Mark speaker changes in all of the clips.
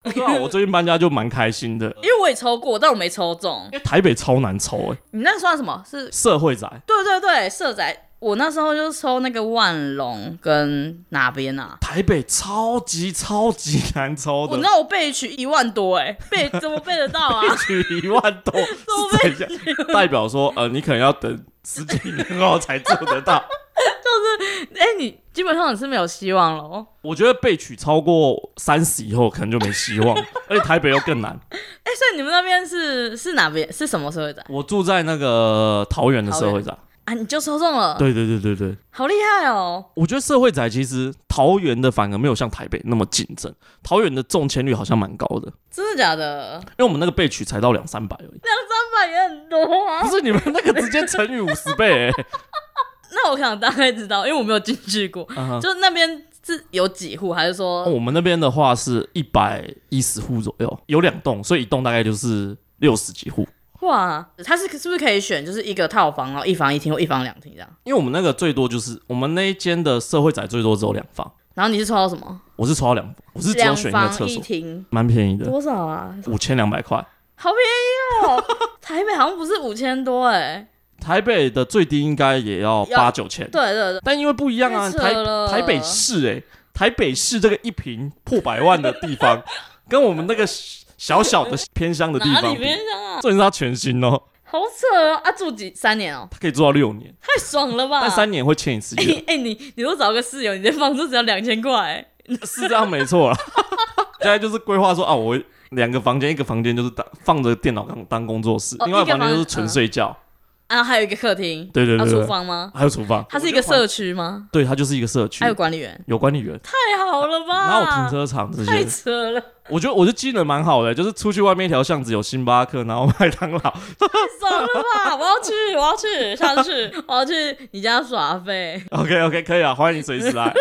Speaker 1: 对啊，我最近搬家就蛮开心的，
Speaker 2: 因为我也抽过，但我没抽中。
Speaker 1: 因为台北超难抽哎、
Speaker 2: 你那算什么？是
Speaker 1: 社会仔
Speaker 2: 对对对，社宅。我那时候就抽那个万隆跟哪边啊？
Speaker 1: 台北超级超级难抽
Speaker 2: 我
Speaker 1: 的
Speaker 2: 知，道我背取一万多哎、背怎么背得到 啊？ 哎
Speaker 1: 取一万多，
Speaker 2: 么
Speaker 1: 是等一下代表说呃，你可能要等十几年后才做得到。
Speaker 2: 哎、你基本上你是没有希望喽。
Speaker 1: 我觉得被取超过三十以后，可能就没希望，而且台北又更难。
Speaker 2: 哎、所以你们那边是是哪边是什么社会仔
Speaker 1: 我住在那个桃园的社会仔，
Speaker 2: 啊？你就抽中了，
Speaker 1: 对对对对对，
Speaker 2: 好厉害哦！
Speaker 1: 我觉得社会仔其实桃园的反而没有像台北那么竞争，桃园的中签率好像蛮高的，
Speaker 2: 真的假的？
Speaker 1: 因为我们那个被取才到两三百而已，
Speaker 2: 三百也很多啊
Speaker 1: 不。是你们那个直接乘以五十倍、 欸，
Speaker 2: 那我想大概知道，因为我没有进去过，
Speaker 1: 嗯哼哦
Speaker 2: 就那边是有几户，还是说、
Speaker 1: 我们那边的话是一百一十户左右，有两栋，所以一栋大概就是六十几户。
Speaker 2: 哇，他是是不是可以选就是一个套房，然后一房一厅或一房两厅这样？
Speaker 1: 因为我们那个最多就是我们那一间的社会仔最多只有两房，
Speaker 2: 然后你是抽到什么？
Speaker 1: 我是抽到两房，我是只有
Speaker 2: 两
Speaker 1: 选一个
Speaker 2: 房
Speaker 1: 厕
Speaker 2: 一
Speaker 1: 所，
Speaker 2: 厅
Speaker 1: 蛮便宜的，
Speaker 2: 多少啊？
Speaker 1: 五千两百块。
Speaker 2: 好便宜 哦！台北好像不是五千多哎、
Speaker 1: 台北的最低应该也要
Speaker 2: 要
Speaker 1: 八九千，
Speaker 2: 对对对，
Speaker 1: 但因为不一样啊，
Speaker 2: 太扯
Speaker 1: 台
Speaker 2: 了
Speaker 1: 台北市哎、台北市这个一平破百万的地方，跟我们那个小小的偏乡的地
Speaker 2: 哪
Speaker 1: 方
Speaker 2: 里
Speaker 1: 比，
Speaker 2: 边上啊？
Speaker 1: 重点是它全新哦，
Speaker 2: 好扯哦！啊，住几三年哦，
Speaker 1: 它可以做到六年，
Speaker 2: 太爽了吧！
Speaker 1: 但三年会欠一次
Speaker 2: 哎、
Speaker 1: 月，
Speaker 2: 哎你你都找个室友，你的房租只要两千块、
Speaker 1: 是这样没错啦。 现在就是规划说啊，我两个房间，一个房间就是当放着电脑当当工作室，
Speaker 2: 哦
Speaker 1: 另外
Speaker 2: 一个
Speaker 1: 房间就是
Speaker 2: 房
Speaker 1: 纯
Speaker 2: 嗯
Speaker 1: 睡觉，
Speaker 2: 啊，还有一个客厅，
Speaker 1: 对对对
Speaker 2: 还有
Speaker 1: 对
Speaker 2: 厨房吗？
Speaker 1: 还有厨房。
Speaker 2: 它是一个社区吗？
Speaker 1: 对，它就是一个社区
Speaker 2: 还，有管理员，
Speaker 1: 有管理员，
Speaker 2: 太好了吧！
Speaker 1: 然后有停车场这
Speaker 2: 太
Speaker 1: 些。
Speaker 2: 扯了，
Speaker 1: 我觉得我觉得机能蛮好的，就是出去外面一条巷子有星巴克，然后麦当 劳，
Speaker 2: 太爽了吧！我要去，我要去，下次我要去你家耍费。
Speaker 1: OK OK，可以啊，欢迎随时 来。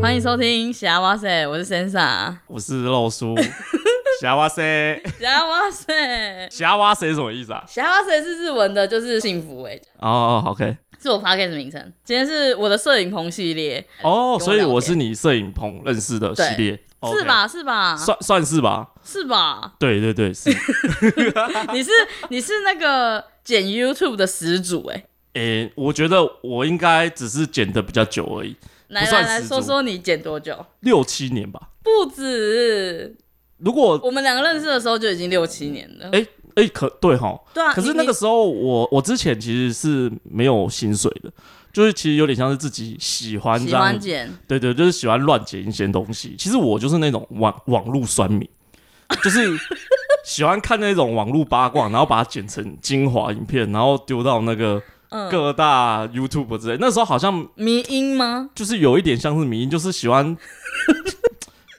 Speaker 2: 欢迎收听《霞哇塞》，我是 Sensa。
Speaker 1: 我是肉叔，霞哇塞，
Speaker 2: 霞哇塞，
Speaker 1: 霞哇塞是什么意思啊？
Speaker 2: 霞哇塞是日文的，就是幸福哎、
Speaker 1: 哦哦，OK，
Speaker 2: 是我 podcast 名称。今天是我的摄影棚系列，
Speaker 1: 哦，所以
Speaker 2: 跟我聊天
Speaker 1: 我是你摄影棚认识的系列，
Speaker 2: 是？吧？是吧？
Speaker 1: 算算是吧，
Speaker 2: 是吧？
Speaker 1: 对对对， 是。
Speaker 2: 你是你是那个剪 YouTube 的始祖哎、
Speaker 1: 诶、我觉得我应该只是剪的比较久而已，
Speaker 2: 来
Speaker 1: 不算
Speaker 2: 来来
Speaker 1: 始祖
Speaker 2: 说说你剪多久？
Speaker 1: 六七年吧。
Speaker 2: 不止，
Speaker 1: 如果
Speaker 2: 我们两个认识的时候就已经六七年了。
Speaker 1: 诶诶、可对哈，
Speaker 2: 对啊，
Speaker 1: 可是
Speaker 2: 你
Speaker 1: 那个
Speaker 2: 你
Speaker 1: 时候我我之前其实是没有薪水的，就是其实有点像是自己喜欢这
Speaker 2: 喜
Speaker 1: 样
Speaker 2: 欢剪，
Speaker 1: 对对，就是喜欢乱剪一些东西。其实我就是那种网网络酸民，就是 喜欢看那种网络八卦，然后把它剪成精华影片，然后丢到那个
Speaker 2: 嗯，
Speaker 1: 各大 YouTube 之类。那时候好像
Speaker 2: 迷音吗？
Speaker 1: 就是有一点像是迷因，就是喜欢，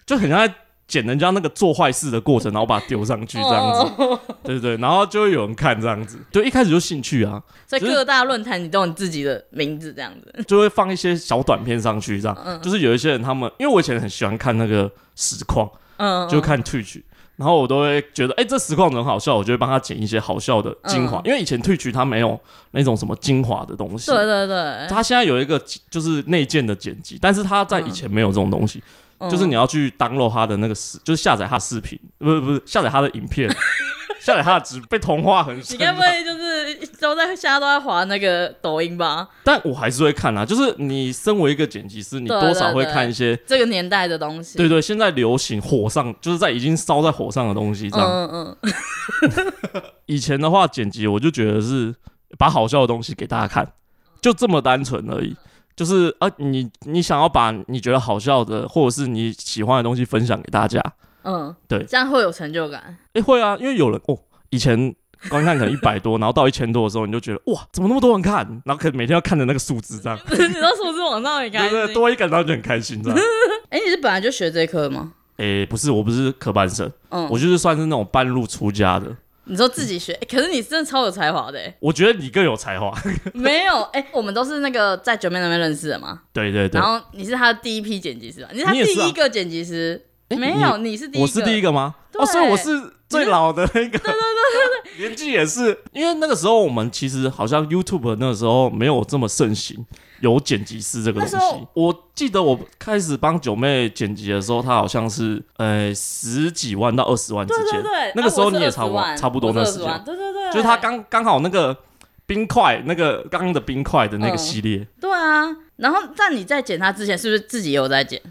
Speaker 1: 就很像在剪人家那个做坏事的过程，然后把它丢上去这样子。
Speaker 2: 哦，
Speaker 1: 对对，然后就会有人看这样子。就一开始就兴趣啊，
Speaker 2: 所以
Speaker 1: 就是
Speaker 2: 各大论坛你都有你自己的名字这样子。
Speaker 1: 就会放一些小短片上去这样。
Speaker 2: 嗯
Speaker 1: 就是有一些人他们，因为我以前很喜欢看那个实况。
Speaker 2: 嗯，
Speaker 1: 就看 Twitch，然后我都会觉得，哎、这实况很好笑，我就会帮他剪一些好笑的精华，
Speaker 2: 嗯
Speaker 1: 因为以前 Twitch 它没有那种什么精华的东西
Speaker 2: 对，对对，
Speaker 1: 它现在有一个就是内建的剪辑，但是它在以前没有这种东西，
Speaker 2: 嗯
Speaker 1: 就是你要去 download 它的那个视，就是下载它的视频，不是不是下载它的影片， 下载它的直被同化很
Speaker 2: 你
Speaker 1: 深
Speaker 2: 该
Speaker 1: 啊。
Speaker 2: 不会就是都在现在都在滑那个抖音吧？
Speaker 1: 但我还是会看啊，就是你身为一个剪辑师，你
Speaker 2: 对
Speaker 1: 多少会
Speaker 2: 对
Speaker 1: 看一些。
Speaker 2: 这个年代的东西。嗯
Speaker 1: 对对，现在流行火上，就是在已经烧在火上的东西，这样
Speaker 2: 嗯嗯嗯，
Speaker 1: 以前的话，剪辑我就觉得是把好笑的东西给大家看，就这么单纯而已。就是啊，你你想要把你觉得好笑的，或者是你喜欢的东西分享给大家，
Speaker 2: 嗯，
Speaker 1: 对
Speaker 2: 这样会有成就感。
Speaker 1: 诶，会啊，因为有人哦，以前观看可能一百多，然后到一千多的时候，你就觉得哇，怎么那么多人看？然后可能每天要看着那个数字这样，
Speaker 2: 你知道数字往上很
Speaker 1: 对
Speaker 2: 开
Speaker 1: 对，
Speaker 2: 心。
Speaker 1: 多一个然后就很开心 这样。
Speaker 2: 哎，你是本来就学这科吗？
Speaker 1: 诶，不是，我不是科班生，
Speaker 2: 嗯
Speaker 1: 我，就是算是那种半路出家的。
Speaker 2: 你说自己学，诶可是你真的超有才华的。 诶
Speaker 1: 我觉得你更有才华，
Speaker 2: 没有，哎，我们都是那个在九妹那边认识的嘛。
Speaker 1: 对对对
Speaker 2: 然。后你是他的第一批剪辑师吧？你是他
Speaker 1: 你也是啊
Speaker 2: 第一个剪辑师？
Speaker 1: 诶
Speaker 2: 没有，你是第一个。
Speaker 1: 我是第一
Speaker 2: 个。
Speaker 1: 个吗？哦，
Speaker 2: 对
Speaker 1: 所以我是最老的那个。年纪也是，因为那个时候我们其实好像 YouTube 那个时候没有这么盛行，有剪辑师这个东
Speaker 2: 那时候
Speaker 1: 西。我记得我开始帮九妹剪辑的时候，她好像是呃十几万到二十万之
Speaker 2: 对
Speaker 1: 间，
Speaker 2: 对对，
Speaker 1: 那个时候
Speaker 2: 啊我是
Speaker 1: 你也差不多
Speaker 2: 20万
Speaker 1: 差不多那
Speaker 2: 我是
Speaker 1: 时间
Speaker 2: 20万对对对，
Speaker 1: 就是她刚刚好那个冰块，那个刚的冰块的那个
Speaker 2: 嗯
Speaker 1: 系列。
Speaker 2: 对啊。然后，在你
Speaker 1: 啊
Speaker 2: 在剪它之前，是不是自己也有在剪？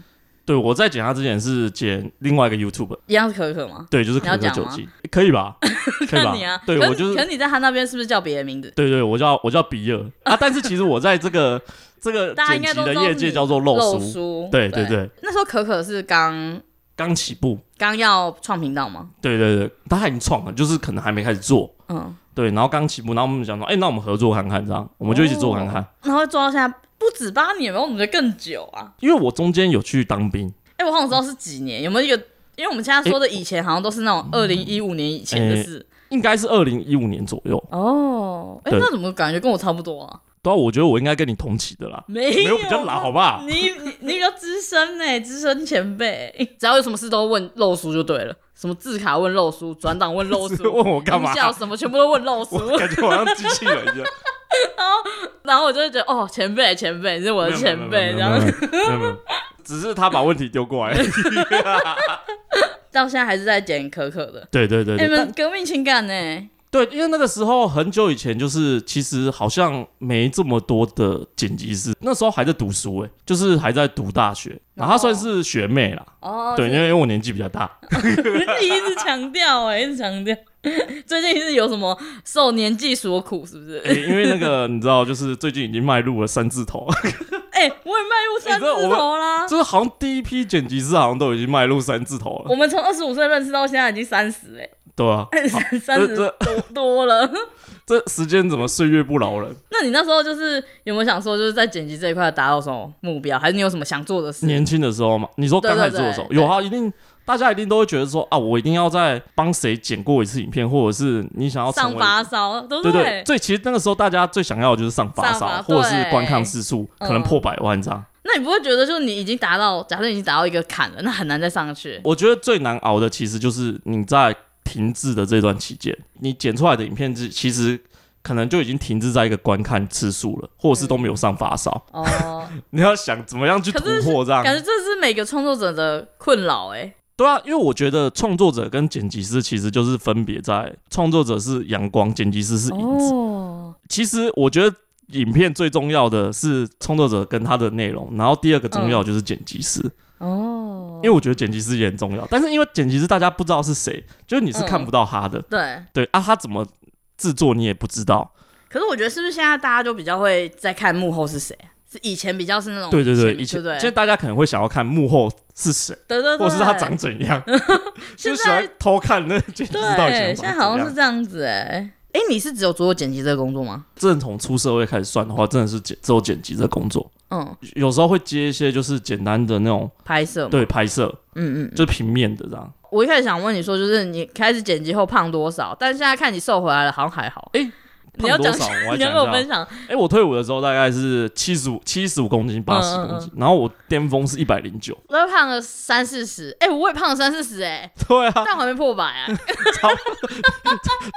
Speaker 1: 对我在剪它之前是剪另外一个 YouTube，
Speaker 2: 一样是可可吗？
Speaker 1: 对，就是
Speaker 2: 你
Speaker 1: 可
Speaker 2: 要
Speaker 1: 可
Speaker 2: 讲
Speaker 1: 酒
Speaker 2: 吗
Speaker 1: 精，可以 吧？可以吧
Speaker 2: 看你啊，？
Speaker 1: 对
Speaker 2: 可
Speaker 1: 我就是
Speaker 2: 可是你在他那边是不是叫别的名字？
Speaker 1: 对对，我叫我叫比 尔啊，但是其实我在这个这个
Speaker 2: 大家
Speaker 1: 剪
Speaker 2: 应
Speaker 1: 辑
Speaker 2: 该都
Speaker 1: 的
Speaker 2: 知道
Speaker 1: 业界
Speaker 2: 你
Speaker 1: 叫做
Speaker 2: 漏
Speaker 1: 漏书，
Speaker 2: 书，
Speaker 1: 对对对，
Speaker 2: 那时候可可是刚
Speaker 1: 刚起步，
Speaker 2: 刚要创频道吗？
Speaker 1: 对对对，他已经创了，就是可能还没开始做，
Speaker 2: 嗯，
Speaker 1: 对，然后刚起步，然后我们想说，哎，那我们合作看看，这样我们就一起做看看，
Speaker 2: 然后做到现在不止八年吧，我们觉得更久啊。
Speaker 1: 因为我中间有去当兵，
Speaker 2: 哎、我好想知道是几年，有没有一个？因为我们现在说的以前好像都是那种
Speaker 1: 嗯
Speaker 2: 二零一五年以前的事、
Speaker 1: 应该是二零一五年左右，
Speaker 2: 哦。哎、
Speaker 1: 对
Speaker 2: 那怎么感觉跟我差不多啊？
Speaker 1: 对啊，我觉得我应该跟你同期的啦，
Speaker 2: 没
Speaker 1: 没
Speaker 2: 有，
Speaker 1: 有比较老，好吧？
Speaker 2: 你你你比较资深呢、资深前辈， 只要有什么事都问漏书就对了，什么字卡问漏书，转档问漏 书，
Speaker 1: 问我干嘛
Speaker 2: 音？效什么全部都问漏书。
Speaker 1: 我感觉我好像机器人一样，
Speaker 2: 然后我就会觉得，哦，前辈前辈，你是我的前辈，
Speaker 1: 没
Speaker 2: 然
Speaker 1: 有
Speaker 2: 后
Speaker 1: 没有没有没有没有没有没有只是他把问题丢 过来，
Speaker 2: 到现在还是在剪可可的，
Speaker 1: 对对对
Speaker 2: 哎你
Speaker 1: 对，但
Speaker 2: 们革命情感欸呢、
Speaker 1: 对，因为那个时候很久以前，就是其实好像没这么多的剪辑师，那时候还在读书、欸，就是还在读大学，然后她算是学妹啦。
Speaker 2: 哦，
Speaker 1: 对，因为因为我年纪比较 大，
Speaker 2: 你一直强调哎，一直强调， 最近是有什么受年纪所苦是不是？
Speaker 1: 欸因为那个你知道，就是最近已经迈入了三字头，
Speaker 2: 哎、我也迈入三字头 啦。
Speaker 1: 就是好像第一批剪辑师好像都已经迈入三字头
Speaker 2: 我
Speaker 1: 了，
Speaker 2: 们从二十五岁认识到现在已经三十哎，
Speaker 1: 对啊，
Speaker 2: 三十
Speaker 1: 这
Speaker 2: 多多了。
Speaker 1: 这时间怎么岁月不饶人？
Speaker 2: 那你那时候就是有没有想说，就是在剪辑这一块达到什么目标，还是你有什么想做的事？
Speaker 1: 年轻的时候嘛，你说刚开始做的时候，
Speaker 2: 对对对
Speaker 1: 有啊，一定大家一定都会觉得说啊，我一定要再帮谁剪过一次影片，或者是你想要成
Speaker 2: 上
Speaker 1: 为
Speaker 2: 发烧，对不
Speaker 1: 对对，最其实那个时候大家最想要的就是上发
Speaker 2: 上
Speaker 1: 烧，
Speaker 2: 发
Speaker 1: 或者是
Speaker 2: 对
Speaker 1: 观看次数可能
Speaker 2: 嗯
Speaker 1: 破百万这样。
Speaker 2: 那你不会觉得就是你已经达到，假设你已经达到一个坎了，那很难再上去？
Speaker 1: 我觉得最难熬的其实就是你在停滞的这段期间，你剪出来的影片是其实可能就已经停滞在一个观看次数了，或者是都没有上发烧。
Speaker 2: 哦，
Speaker 1: 你要想怎么样去突
Speaker 2: 可是
Speaker 1: 破这样。
Speaker 2: 感觉这是每个创作者的困扰哎、
Speaker 1: 对啊，因为我觉得创作者跟剪辑师其实就是分别在，创作者是阳光，剪辑师是影子。
Speaker 2: 哦，
Speaker 1: 其实我觉得影片最重要的是创作者跟他的内容，然后第二个重要就是剪辑师。
Speaker 2: 嗯哦
Speaker 1: 因为我觉得剪辑师也很重要，但是因为剪辑师大家不知道是谁，就是你是看不到他的，
Speaker 2: 对，
Speaker 1: 对啊，他怎么制作你也不知道，
Speaker 2: 可是我觉得是不是现在大家就比较会在看幕后是谁？是以前比较嗯是那种
Speaker 1: 对对对，
Speaker 2: 前
Speaker 1: 以前
Speaker 2: 对不
Speaker 1: 现在
Speaker 2: 对
Speaker 1: 大家可能会想要看幕后是谁，
Speaker 2: 对对对，
Speaker 1: 或是他长怎样， 就
Speaker 2: 现在
Speaker 1: 喜欢偷看那个剪辑师到底
Speaker 2: 对，
Speaker 1: 想
Speaker 2: 现在好像是
Speaker 1: 是
Speaker 2: 这样子哎、哎、你是只有做剪辑这个工作吗？
Speaker 1: 正从出社会开始算的话，真的是剪只有剪辑这工作，
Speaker 2: 嗯，
Speaker 1: 有时候会接一些就是简单的那种
Speaker 2: 拍摄嘛。
Speaker 1: 对拍摄，
Speaker 2: 嗯嗯，
Speaker 1: 就是平面的这样。
Speaker 2: 我一开始想问你说，就是你开始剪辑后胖多少？但现在看你瘦回来了，好像还好。你要
Speaker 1: 哎胖多
Speaker 2: 讲
Speaker 1: 少？我还
Speaker 2: 你要
Speaker 1: 讲一
Speaker 2: 跟我
Speaker 1: 下
Speaker 2: 分享
Speaker 1: 哎、我退伍的时候大概是七十五七十五公
Speaker 2: 嗯
Speaker 1: 斤，八十公斤，然后我巅峰是一百零 九。
Speaker 2: 我都胖了三四十，哎、我也胖了三四十，哎，
Speaker 1: 对啊，
Speaker 2: 但我还没破 百啊，
Speaker 1: 超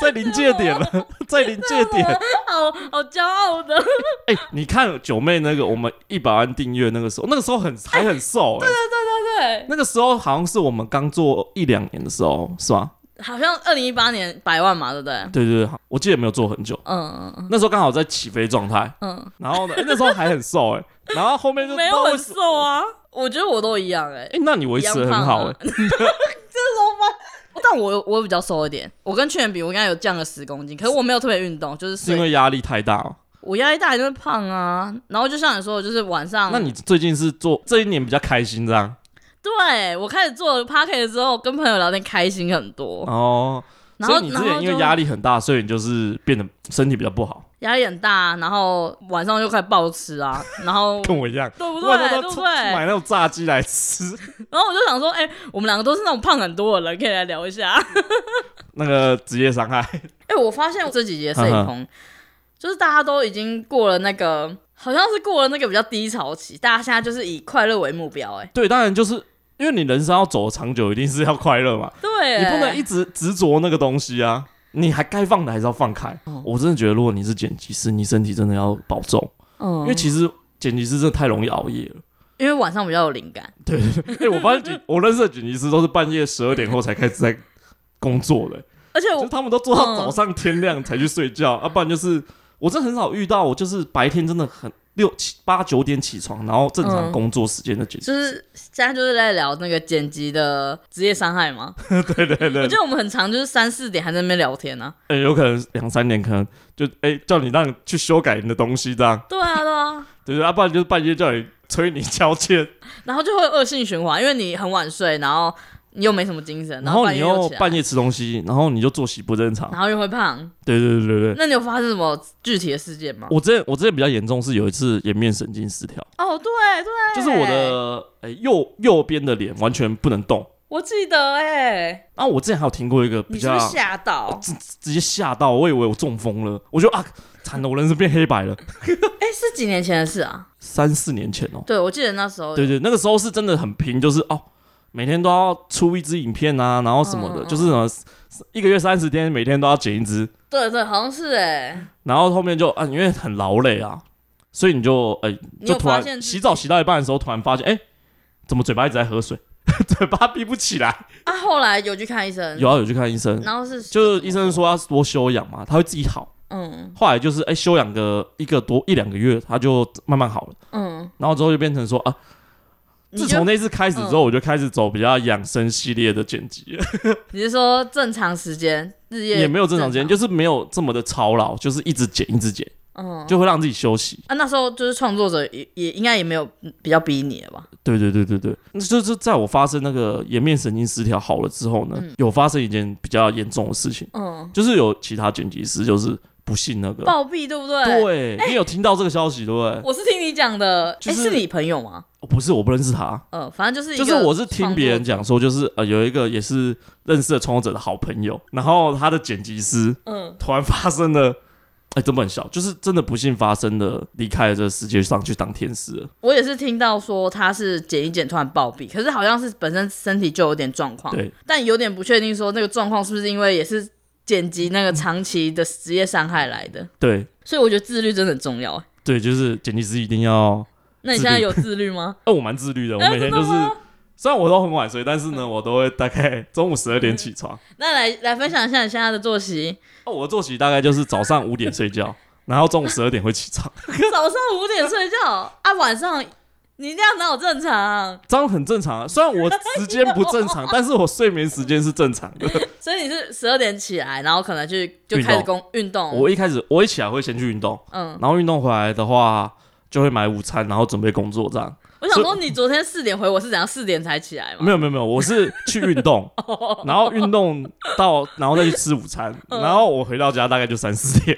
Speaker 1: 在临界点了， 在临界点。
Speaker 2: 好好骄傲的。
Speaker 1: 哎、你看九妹那个，我们一百万订阅那个时候，那个时候很还很瘦哎、
Speaker 2: 对，
Speaker 1: 那个时候好像是我们刚做一两年的时候，是吧？
Speaker 2: 好像二零一八年百万嘛，对不对？
Speaker 1: 对对对，我记得没有做很久。
Speaker 2: 嗯嗯
Speaker 1: 那时候刚好在起飞状态，
Speaker 2: 嗯
Speaker 1: 然后呢、哎那时候还很瘦哎、然后后面就
Speaker 2: 嗯，
Speaker 1: 不
Speaker 2: 没
Speaker 1: 知
Speaker 2: 有
Speaker 1: 道为
Speaker 2: 很
Speaker 1: 什么
Speaker 2: 瘦啊，我觉得我都一样哎、
Speaker 1: 哎、那你维
Speaker 2: 一
Speaker 1: 持
Speaker 2: 样
Speaker 1: 得很
Speaker 2: 胖
Speaker 1: 好哎、
Speaker 2: 啊这怎么办？但我我比较瘦一点，我跟去年比，我应该有降了十公斤，可是我没有特别运动，就是
Speaker 1: 是因
Speaker 2: 睡。
Speaker 1: 为压力太大、哦。
Speaker 2: 我压力大就会胖啊，然后就像你说，的，就是晚上。
Speaker 1: 那你最近是做这一年比较开心这样？
Speaker 2: 对我开始做 p a r k e t 之后，跟朋友聊天开心很多，
Speaker 1: 哦，
Speaker 2: 然
Speaker 1: 所
Speaker 2: 后
Speaker 1: 以你之
Speaker 2: 然后
Speaker 1: 前因为
Speaker 2: 就
Speaker 1: 压力很大，所以你就是变得身体比较不好，
Speaker 2: 压力很大，然后晚上就开始暴吃 啊，然后
Speaker 1: 跟我一样。
Speaker 2: 对不
Speaker 1: 外头
Speaker 2: 对？
Speaker 1: 都
Speaker 2: 对不
Speaker 1: 出
Speaker 2: 对？
Speaker 1: 买那种炸鸡来吃。
Speaker 2: 然后我就想说，哎、我们两个都是那种胖很多的人，可以来聊一下。
Speaker 1: 那个职业伤 害，
Speaker 2: 哎、我发现这几节摄影棚，嗯就是大家都已经过了那个，好像是过了那个比较低潮期，大家现在就是以快乐为目标、哎，
Speaker 1: 对，当然就是因为你人生要走得长久，一定是要快乐嘛，
Speaker 2: 对，
Speaker 1: 你不能一直执着那个东西啊。你还该放的还是要放开。
Speaker 2: 哦
Speaker 1: 我真的觉得，如果你是剪辑师，你身体真的要保重，
Speaker 2: 嗯，
Speaker 1: 因为其实剪辑师真的太容易熬 夜了。
Speaker 2: 因为晚上比较有灵感，
Speaker 1: 对对对，哎、我发现剪我认识的剪辑师都是半夜十二点后才开始在工作的、
Speaker 2: 而且
Speaker 1: 就是
Speaker 2: 我
Speaker 1: 他们都做到
Speaker 2: 嗯
Speaker 1: 早上天亮才去睡觉，啊要、不然就是我真的很少遇到，我就是白天真的很六七八九点起床，然后正常
Speaker 2: 嗯
Speaker 1: 工作时间的剪辑。
Speaker 2: 就是现在就是在聊那个剪辑的职业伤害嘛。
Speaker 1: 对对
Speaker 2: 我
Speaker 1: 对
Speaker 2: 觉，得我们很常就是三四点还在那边聊天呢、啊。
Speaker 1: 哎、有可能两三年可能就哎、叫你让去修改你的东西这样，
Speaker 2: 对啊，对啊，
Speaker 1: 对对，要、不然就是半夜叫你催你交 件，
Speaker 2: 然后就会恶性循环，因为你很晚睡，然后你又没什么精神，
Speaker 1: 然
Speaker 2: 后
Speaker 1: 后
Speaker 2: 半
Speaker 1: 你
Speaker 2: 夜又
Speaker 1: 又
Speaker 2: 起来，
Speaker 1: 半夜吃东西，然后你就作息不正常。
Speaker 2: 然后又会胖。
Speaker 1: 对对对对对，
Speaker 2: 那你有发生什么具体的事件吗？
Speaker 1: 我之前我之前比较严重是有一次颜面神经失调。
Speaker 2: 哦，对
Speaker 1: 就
Speaker 2: 对，
Speaker 1: 是我的诶、右右边的脸完全不能动。
Speaker 2: 我记得哎、
Speaker 1: 然后我之前还有听过一个比
Speaker 2: 你是不
Speaker 1: 较
Speaker 2: 是吓到？
Speaker 1: 直接吓到，我以为我中风了，我就啊惨了，我人生变黑白了。
Speaker 2: 哎、是几年前的事啊？
Speaker 1: 三四年前哦、
Speaker 2: 对，我记得那时候
Speaker 1: 对对，那个时候是真的很拼，就是哦，每天都要出一支影片啊，然后什么的，
Speaker 2: 嗯嗯嗯
Speaker 1: 就是什么一个月三十天，每天都要剪一支，
Speaker 2: 对对，好像是哎、
Speaker 1: 然后后面就啊，因为很劳累啊，所以你就诶、
Speaker 2: 你
Speaker 1: 就
Speaker 2: 有
Speaker 1: 突
Speaker 2: 发现
Speaker 1: 然
Speaker 2: 自己
Speaker 1: 洗澡洗到一半的时候，突然发现哎、怎么嘴巴一直在喝水， 嘴巴闭不起来，
Speaker 2: 啊？后来有去看医生，
Speaker 1: 有啊有去看医生，
Speaker 2: 然后是
Speaker 1: 就是医生说要多休养嘛，他会自己好。
Speaker 2: 嗯
Speaker 1: 后来就是哎、休养个一个多一两个月，他就慢慢好了。
Speaker 2: 嗯，
Speaker 1: 然后之后就变成说啊，
Speaker 2: 你
Speaker 1: 自
Speaker 2: 就嗯
Speaker 1: 从那次开始之后，我就开始走比较养生系列的剪辑，
Speaker 2: 你是说正常时间日夜
Speaker 1: 也没有正常时间，就是是没有这么的操劳，就是一直剪一直剪，
Speaker 2: 嗯，
Speaker 1: 就会让自己休息。
Speaker 2: 啊那时候就是创作者也也应该也没有比较逼你了吧？
Speaker 1: 对对对对对，
Speaker 2: 嗯
Speaker 1: 那就是在我发生那个颜面神经失调好了之后呢，有发生一件比较严重的事情，
Speaker 2: 嗯，
Speaker 1: 就是有其他剪辑师就是不信那个，
Speaker 2: 暴毙对不对？，
Speaker 1: 对，你有听到这个消息对不对？
Speaker 2: 哎我是听你讲的，哎、
Speaker 1: 就是
Speaker 2: 是你朋友吗？
Speaker 1: 哦不是，我不认识他。
Speaker 2: 嗯，反正就是一
Speaker 1: 就
Speaker 2: 个
Speaker 1: 是我是听别人讲说，就是呃有一个也是认识的创作者的好朋友，然后他的剪辑师
Speaker 2: 创作者，
Speaker 1: 突然发生了，哎、这么很小，就是真的不幸发生了，离开了这个世界上去当天使了
Speaker 2: 嗯，。我也是听到说他是剪一剪突然暴毙，可是好像是本身身体就有点状况，
Speaker 1: 对，
Speaker 2: 但有点不确定说那个状况是不是因为也是剪辑那个长期的职业伤害来的，
Speaker 1: 对
Speaker 2: 所以我觉得自律真的很重要。哎
Speaker 1: 对，就是剪辑师一定要。
Speaker 2: 那你现在有自律吗？
Speaker 1: 哎、我蛮自律的， 我每天就是、虽然我都很晚睡，但是呢，我都会大概中午十二点起床。
Speaker 2: 那来来分享一下你现在的作息，
Speaker 1: 哦，我的作息大概就是早上五点睡 觉，然后中午十二点会起床，
Speaker 2: 早上五点睡觉啊，晚上你这样哪有正常？
Speaker 1: 这样很正常啊。虽然我时间不正 常，但是我睡眠时间是正常的。
Speaker 2: 所以你是十二点起来，然后可能去就开始工运动，
Speaker 1: 我一开始我一起来会先去运动，
Speaker 2: 嗯，
Speaker 1: 然后运动回来的话就会买午餐，然后准备工作这样。
Speaker 2: 我想说你昨天四点回我是怎样四点才起来吗？
Speaker 1: 没有没有没有，我是去运 动，然后运动到然后再去吃午 餐，然后我回到家大概就三四点。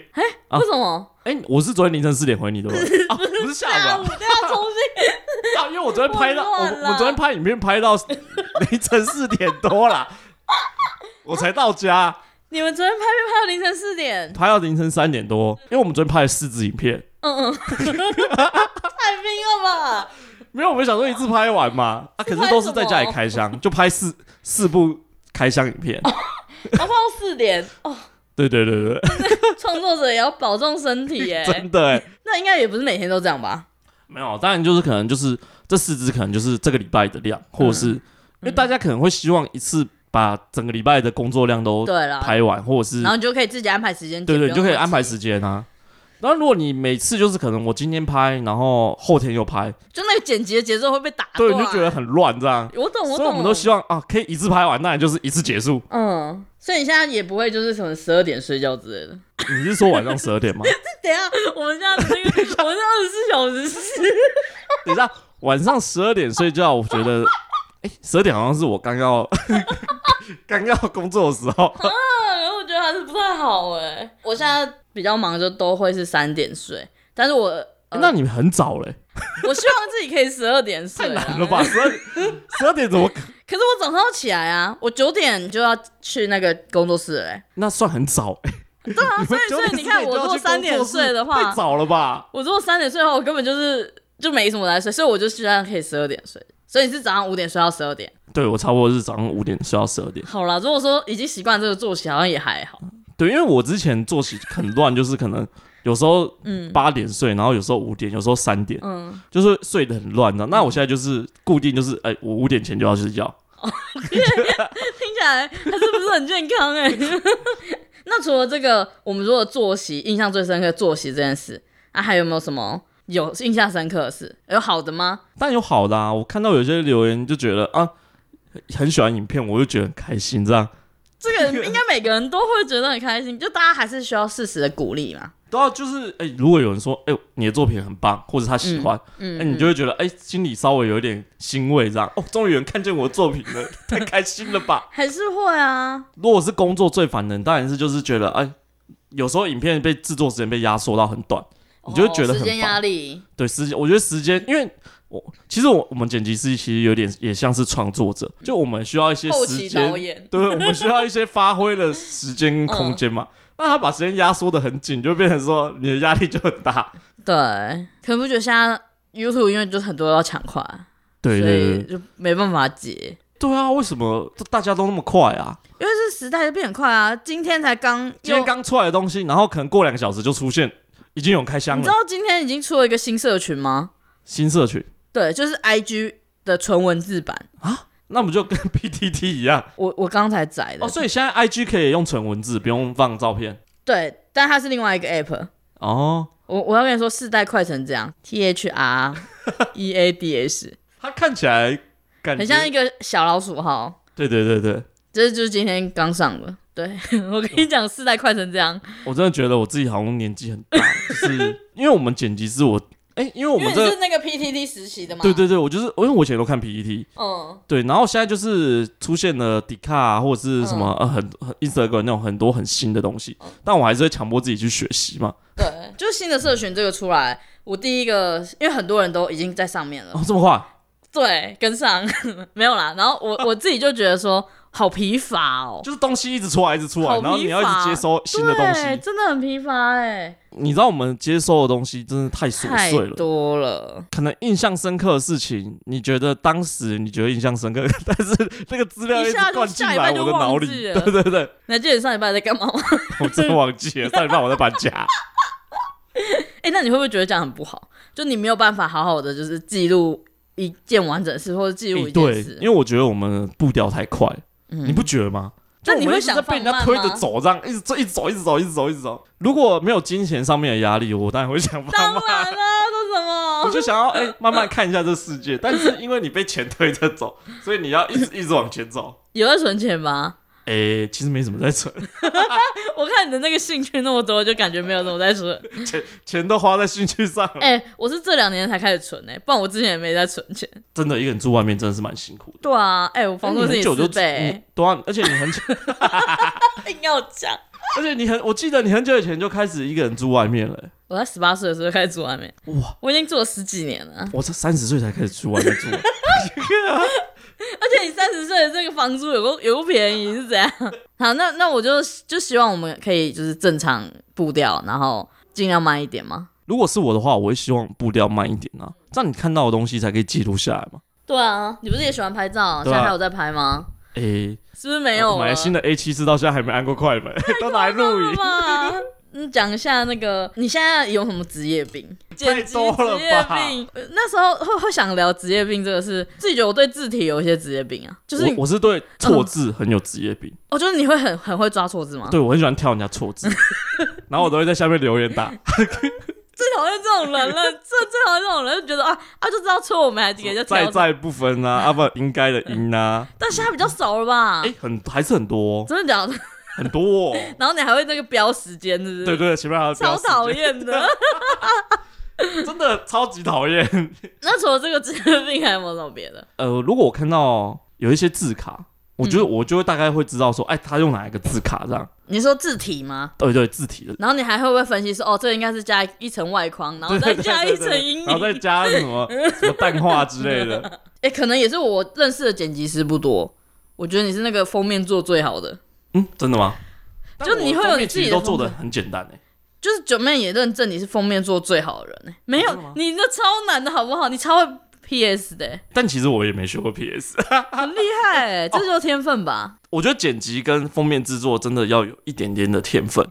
Speaker 1: 啊
Speaker 2: 为什么？
Speaker 1: 哎、我是昨天凌晨四点回你的，对不对 啊，不是下
Speaker 2: 下
Speaker 1: 午
Speaker 2: 午
Speaker 1: 啊，
Speaker 2: 都要重新，
Speaker 1: 啊 因为我昨天拍到
Speaker 2: 我
Speaker 1: 我
Speaker 2: 乱了
Speaker 1: 我昨天拍影片拍 到凌晨四点多 啦，我才到家，
Speaker 2: 你们昨天拍片拍到凌晨四点，
Speaker 1: 拍到凌晨三点多，因为我们昨天拍了四支影片，
Speaker 2: 嗯嗯，太拼了吧？
Speaker 1: 没有，我们想说一次拍完嘛，啊，可是都是在家里开箱，就拍四四部开箱影 片。
Speaker 2: 然后到四点哦，
Speaker 1: 对对对对，。
Speaker 2: 创作者也要保重身体耶
Speaker 1: 真的欸
Speaker 2: 那应该也不是每天都这样吧？
Speaker 1: 没有，当然就是可能就是这四支可能就是这个礼拜的量，或者是、
Speaker 2: 嗯
Speaker 1: 因为大家可能会希望一次把整个礼拜的工作量都
Speaker 2: 嗯对啦，
Speaker 1: 拍完，或者是
Speaker 2: 然后你就可以自己安排时间，
Speaker 1: 对对，
Speaker 2: 不用
Speaker 1: 你就可以
Speaker 2: 那么
Speaker 1: 安排
Speaker 2: 急
Speaker 1: 时间啊。然后如果你每次就是可能我今天拍，然后后天又拍，
Speaker 2: 就那个剪辑的节奏会被打
Speaker 1: 对，你
Speaker 2: 断
Speaker 1: 就觉得很乱这样。
Speaker 2: 啊我懂，
Speaker 1: 所以
Speaker 2: 懂，
Speaker 1: 我们都希望啊，可以一次拍完，那也就是一次结束。
Speaker 2: 嗯，所以你现在也不会就是什么十二点睡觉之类的。
Speaker 1: 你是说晚上十二 点吗？
Speaker 2: 等一下，我们这样子那个，我们是二十四小时是
Speaker 1: 等一下，晚上十二点睡觉，我觉 得，哎、1十二点好像是我刚要 刚要工作的时 候。
Speaker 2: 嗯呃然后我觉得还是不太好哎、我现在比较忙，就都会是三点睡，但是我、 呃
Speaker 1: 那你们很早嘞、
Speaker 2: 我希望自己可以十二点睡
Speaker 1: 太
Speaker 2: 啊，
Speaker 1: 难了吧？十二十二点怎么可？
Speaker 2: 可是我早上要起来啊，我九点就要去那个工作室嘞、
Speaker 1: 那算很早、欸。
Speaker 2: 对 啊，所以
Speaker 1: 九
Speaker 2: 所
Speaker 1: 点
Speaker 2: 以你看，
Speaker 1: 十点就
Speaker 2: 我
Speaker 1: 要
Speaker 2: 如果
Speaker 1: 去
Speaker 2: 三点
Speaker 1: 工作室
Speaker 2: 睡的话
Speaker 1: 太，早了吧？
Speaker 2: 我如果三点睡的话，我根本就是就没什么来睡，所以我就希望可以十二点睡。所以你是早上五点睡到十二点，
Speaker 1: 对，我差不多是早上五点睡到十二点。
Speaker 2: 好啦，如果说已经习惯这个作息，好像也还好。
Speaker 1: 对，因为我之前作息很乱，就是可能有时候
Speaker 2: 嗯
Speaker 1: 八点睡，然后有时候五点，有时候三点，
Speaker 2: 嗯，
Speaker 1: 就是睡得很乱的。那我现在就是固定，就是哎、我五点前就要睡觉。
Speaker 2: 听起来还是不是很健康哎、 那除了这个，我们如果作息印象最深刻作息这件事，啊，还有没有什么有印象深刻的事？有好的吗？
Speaker 1: 但有好的啊，我看到有些留言就觉得啊，很喜欢影片，我就觉得很开心。这样，
Speaker 2: 这个应该每个人都会觉得很开心， 就大家还是需要适时的鼓励嘛。
Speaker 1: 然后就是哎、如果有人说哎、你的作品很棒，或者他喜欢，
Speaker 2: 嗯，
Speaker 1: 哎、你就会觉得哎、心里稍微有一点欣慰。这样，哦，终于有人看见我的作品 了，太开心了吧！
Speaker 2: 还是会啊，
Speaker 1: 如果是工作最烦人，当然是就是觉得哎、有时候影片被制作时间被压缩到很短，你就会觉得
Speaker 2: 哦
Speaker 1: 很
Speaker 2: 时间
Speaker 1: 烦
Speaker 2: 压力，
Speaker 1: 对时间，我觉得时间，因为我其实我我们剪辑师其实有点也像是创作者，就我们需要一些
Speaker 2: 嗯后
Speaker 1: 时
Speaker 2: 期
Speaker 1: 间
Speaker 2: 导，演，
Speaker 1: 对，我们需要一些发挥的时间跟空间
Speaker 2: 嗯
Speaker 1: 嘛。那他把时间压缩的很紧，就变成说你的压力就很大。
Speaker 2: 对，可不觉得现在 YouTube 因为就是很多要抢快，
Speaker 1: 对
Speaker 2: 所
Speaker 1: 对
Speaker 2: 以
Speaker 1: 对，
Speaker 2: 就没办法解。
Speaker 1: 对啊，为什么大家都那么快啊？
Speaker 2: 因为这时代就变很快啊，今天才刚，
Speaker 1: 今天
Speaker 2: 又
Speaker 1: 刚出来的东西，然后可能过两个小时就出现，已经有人开箱
Speaker 2: 你知
Speaker 1: 了
Speaker 2: 道今天已经出了一个新社群吗？
Speaker 1: 新社群，
Speaker 2: 对，就是 IG 的纯文字版，
Speaker 1: 那不就跟 PTT 一样？
Speaker 2: 我我刚才载的。
Speaker 1: 哦，所以现在 IG 可以用纯文字，不用放照片
Speaker 2: 对，但它是另外一个 app。
Speaker 1: 哦。
Speaker 2: 我我要跟你说，世代快成这样，T H R E A D S，
Speaker 1: 它看起来 感觉
Speaker 2: 很像一个小老鼠号，
Speaker 1: 对对对对，
Speaker 2: 这就是今天刚上的。对 我跟你讲，世代快成这样，
Speaker 1: 我真的觉得我自己好像年纪很大， 就是因为我们剪辑师我，哎、因为我
Speaker 2: 因
Speaker 1: 们
Speaker 2: 为你
Speaker 1: 这个
Speaker 2: 是那个 PTT 时期的嘛。
Speaker 1: 对，对对，我就是因为我以前都看 PPT，
Speaker 2: 嗯，
Speaker 1: 对，然后现在就是出现了迪卡、啊、或者是什么、呃很很 Instagram 那种很多很新的东西，
Speaker 2: 嗯
Speaker 1: 但我还是会强迫自己去学习嘛。
Speaker 2: 对，就新的社群这个出来，我第一个，因为很多人都已经在上面了，
Speaker 1: 哦，这么快，
Speaker 2: 对，跟上 没有啦。然后
Speaker 1: 哦
Speaker 2: 我我自己就觉得说，好疲乏哦，
Speaker 1: 就是东西一直出来，一直出来，
Speaker 2: 好疲
Speaker 1: 然后你要一直
Speaker 2: 乏
Speaker 1: 接收新的东
Speaker 2: 对
Speaker 1: 西。
Speaker 2: 真的很疲乏哎、
Speaker 1: 你知道我们接收的东西真的太琐
Speaker 2: 太
Speaker 1: 碎了，
Speaker 2: 多了。
Speaker 1: 可能印象深刻的事情，你觉得当时你觉得印象深刻， 但是那个资料
Speaker 2: 一
Speaker 1: 直
Speaker 2: 下就
Speaker 1: 灌进
Speaker 2: 下
Speaker 1: 来
Speaker 2: 一半就
Speaker 1: 我的脑里，
Speaker 2: 忘记
Speaker 1: 对
Speaker 2: 了
Speaker 1: 对对，
Speaker 2: 你还记得你上礼拜在干嘛吗？
Speaker 1: 我真忘记了，上礼拜我在搬家，
Speaker 2: 哎、那你会不会觉得这样很不好？就你没有办法好好的就是记录一件完整的事，或者记录
Speaker 1: 诶
Speaker 2: 一件
Speaker 1: 对
Speaker 2: 事。，嗯
Speaker 1: 因为我觉得我们步调太快，你不觉得吗？
Speaker 2: 那
Speaker 1: 就
Speaker 2: 你
Speaker 1: 我们
Speaker 2: 会
Speaker 1: 一直
Speaker 2: 想
Speaker 1: 在被人家
Speaker 2: 放慢
Speaker 1: 推
Speaker 2: 吗
Speaker 1: 着走，这样一直走，一直走，一直走，一直走，一直走。如果没有金钱上面的压力，我当然会想放
Speaker 2: 当
Speaker 1: 慢，
Speaker 2: 然啦、说什
Speaker 1: 我
Speaker 2: 么？
Speaker 1: 就想要哎、诶慢慢看一下这世界。但是因为你被钱推着走，所以你要一 直一直往前走。
Speaker 2: 有在存钱吗？
Speaker 1: 哎、其实没什么在存，
Speaker 2: 我看你的那个兴趣那么多，就感觉没有怎么在存。
Speaker 1: 钱钱都花在兴趣上了。
Speaker 2: 哎、我是这两年才开始存哎、不然我之前也没在存钱。
Speaker 1: 真的一个人住外面真的是蛮辛苦的。
Speaker 2: 对啊，哎、我房租
Speaker 1: 你
Speaker 2: 自己
Speaker 1: 很久就
Speaker 2: 四
Speaker 1: 住
Speaker 2: 倍
Speaker 1: 你，对啊，而且你 很久，
Speaker 2: 硬要讲。
Speaker 1: 而且你很，我记得你很久以前就开始一个人住外面了、欸
Speaker 2: 我在十八岁的时候就开始住外面，
Speaker 1: 哇，
Speaker 2: 我已经住了十几年了。
Speaker 1: 我是三十岁才开始住外面住，
Speaker 2: 而且你三十岁的这个房租有够有够便宜是怎样？ 好，那那我就就希望我们可以就是正常步调，然后尽量慢一点嘛。
Speaker 1: 如果是我的话，我会希望步调慢一点啊，这样你看到的东西才可以记录下来嘛。
Speaker 2: 对啊，你不是也喜欢拍照？
Speaker 1: 对啊
Speaker 2: 现
Speaker 1: 哦
Speaker 2: 在还有在拍吗？
Speaker 1: 诶、
Speaker 2: 是不是没有啊
Speaker 1: 我买
Speaker 2: 了？
Speaker 1: 了新的 A 七四，到现在还没按过快 门，都拿来录
Speaker 2: 是
Speaker 1: 影。
Speaker 2: 吧？嗯，讲一下那个，你现在有什么职业病？
Speaker 1: 太多了吧
Speaker 2: 剪辑职业病。呃那时候会会想聊职业病这个事，自己觉得我对字体有一些职业病啊，就是你
Speaker 1: 我我是对错字很有职业病，
Speaker 2: 我觉得你会很很会抓错字吗？
Speaker 1: 对我很喜欢挑人家错字，然后我都会在下面留 言打，
Speaker 2: 最讨厌这种人 了，最最讨厌这种人，就觉得啊啊就知嗯道错，我们还给人家
Speaker 1: 在
Speaker 2: 挑。
Speaker 1: 在不分啊，啊不应该的应啊，
Speaker 2: 但现在比较少了吧？
Speaker 1: 诶、很还是很多、哦，
Speaker 2: 嗯真的假 的？
Speaker 1: 很多、哦。
Speaker 2: 然后你还会那个标时间，是不是？
Speaker 1: 对对，前面还有标
Speaker 2: 超
Speaker 1: 识
Speaker 2: 讨厌的。
Speaker 1: 真的超级讨 厌。
Speaker 2: 那除了这个职业病，还有没有什么别的？
Speaker 1: 呃，如果我看到有一些字卡，我觉得
Speaker 2: 嗯
Speaker 1: 我就会大概会知道说，哎，他用哪一个字卡这样。
Speaker 2: 你说字体吗？
Speaker 1: 对对，字体的，
Speaker 2: 然后你还会不会分析说，哦，这个应该是加一层外框，然后
Speaker 1: 对
Speaker 2: 再
Speaker 1: 对
Speaker 2: 加
Speaker 1: 对
Speaker 2: 一
Speaker 1: 对
Speaker 2: 层阴
Speaker 1: 然后再
Speaker 2: 影？
Speaker 1: 加什么什么淡化之类的。
Speaker 2: 哎，可能也是我认识的剪辑师不多。我觉得你是那个封面做最好的，
Speaker 1: 嗯，真的吗？
Speaker 2: 就你会有你自己
Speaker 1: 但我后面其实
Speaker 2: 的
Speaker 1: 都做
Speaker 2: 风格
Speaker 1: 的很简单哎、
Speaker 2: 就是九妹也认证你是封面做最好的人、欸。没
Speaker 1: 真的
Speaker 2: 有
Speaker 1: 吗
Speaker 2: 你那超难的好不好？你超会 PS 的、欸，
Speaker 1: 但其实我也没学过 PS，
Speaker 2: 很厉害、欸，这就是天分吧？
Speaker 1: 我觉得剪辑跟封面制作真的要有一点点的天分，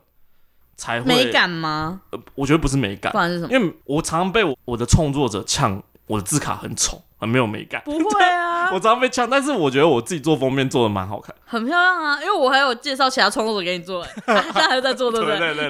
Speaker 1: 才 会啊
Speaker 2: 美感吗？
Speaker 1: 呃我觉得不是美感
Speaker 2: 不，然是 什么？
Speaker 1: 因为我常常被我我的创作者呛我的字卡很丑，很没有美感。
Speaker 2: 不会啊，
Speaker 1: 我常常被呛，但是我觉得我自己做封面做的蛮好看。
Speaker 2: 很漂亮啊，因为我还有介绍其他创作者给你做、 欸，他现在还在做，对不
Speaker 1: 对
Speaker 2: 对？
Speaker 1: 对对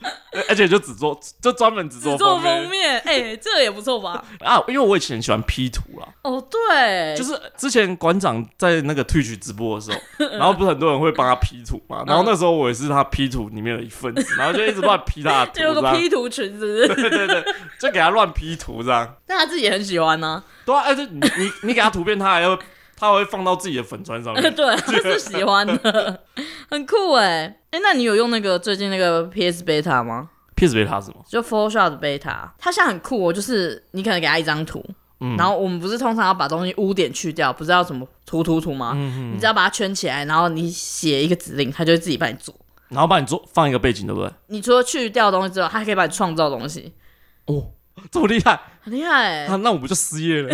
Speaker 1: 对，而且就只做，就专门只
Speaker 2: 只
Speaker 1: 做
Speaker 2: 做
Speaker 1: 封
Speaker 2: 封
Speaker 1: 面
Speaker 2: 面，哎、这个也不错 吧？
Speaker 1: 啊，因为我以前很喜欢 P 图啦，
Speaker 2: 哦，对，
Speaker 1: 就是之前馆长在那个 Twitch 直播的时候， 然后不是很多人会帮他 P 图
Speaker 2: 嗯
Speaker 1: 嘛，然后那时候我也是他 P 图里面的一份子，然后就一直乱 P 他的图，
Speaker 2: 就有
Speaker 1: 这
Speaker 2: 个
Speaker 1: 样
Speaker 2: P 图群，是不 是？
Speaker 1: 对对对，就给他乱 P 图这样。
Speaker 2: 但他自己也很喜欢呢、
Speaker 1: 对啊，而且你你你给他图片，他还要他还会放到自己的粉砖上 面。
Speaker 2: 对，啊他是喜欢的，很酷哎、哎、那你有用那个最近那个 PS Beta 吗？
Speaker 1: P S 被他什么？
Speaker 2: 就 Photoshop 的 Beta，它现在很酷哦，就是你可能给它一张图，
Speaker 1: 嗯
Speaker 2: 然后我们不是通常要把东西污点去掉，不是要怎么涂涂涂吗？
Speaker 1: 嗯
Speaker 2: 你只要把它圈起来，然后你写一个指令，它就会自己帮你做。
Speaker 1: 然后帮你做放一个背景，对不对？
Speaker 2: 你除了去掉东西之后，它还可以帮你创造东西，
Speaker 1: 哦，这么厉害，啊
Speaker 2: 很厉害、欸
Speaker 1: 那、，那我不就失业 了？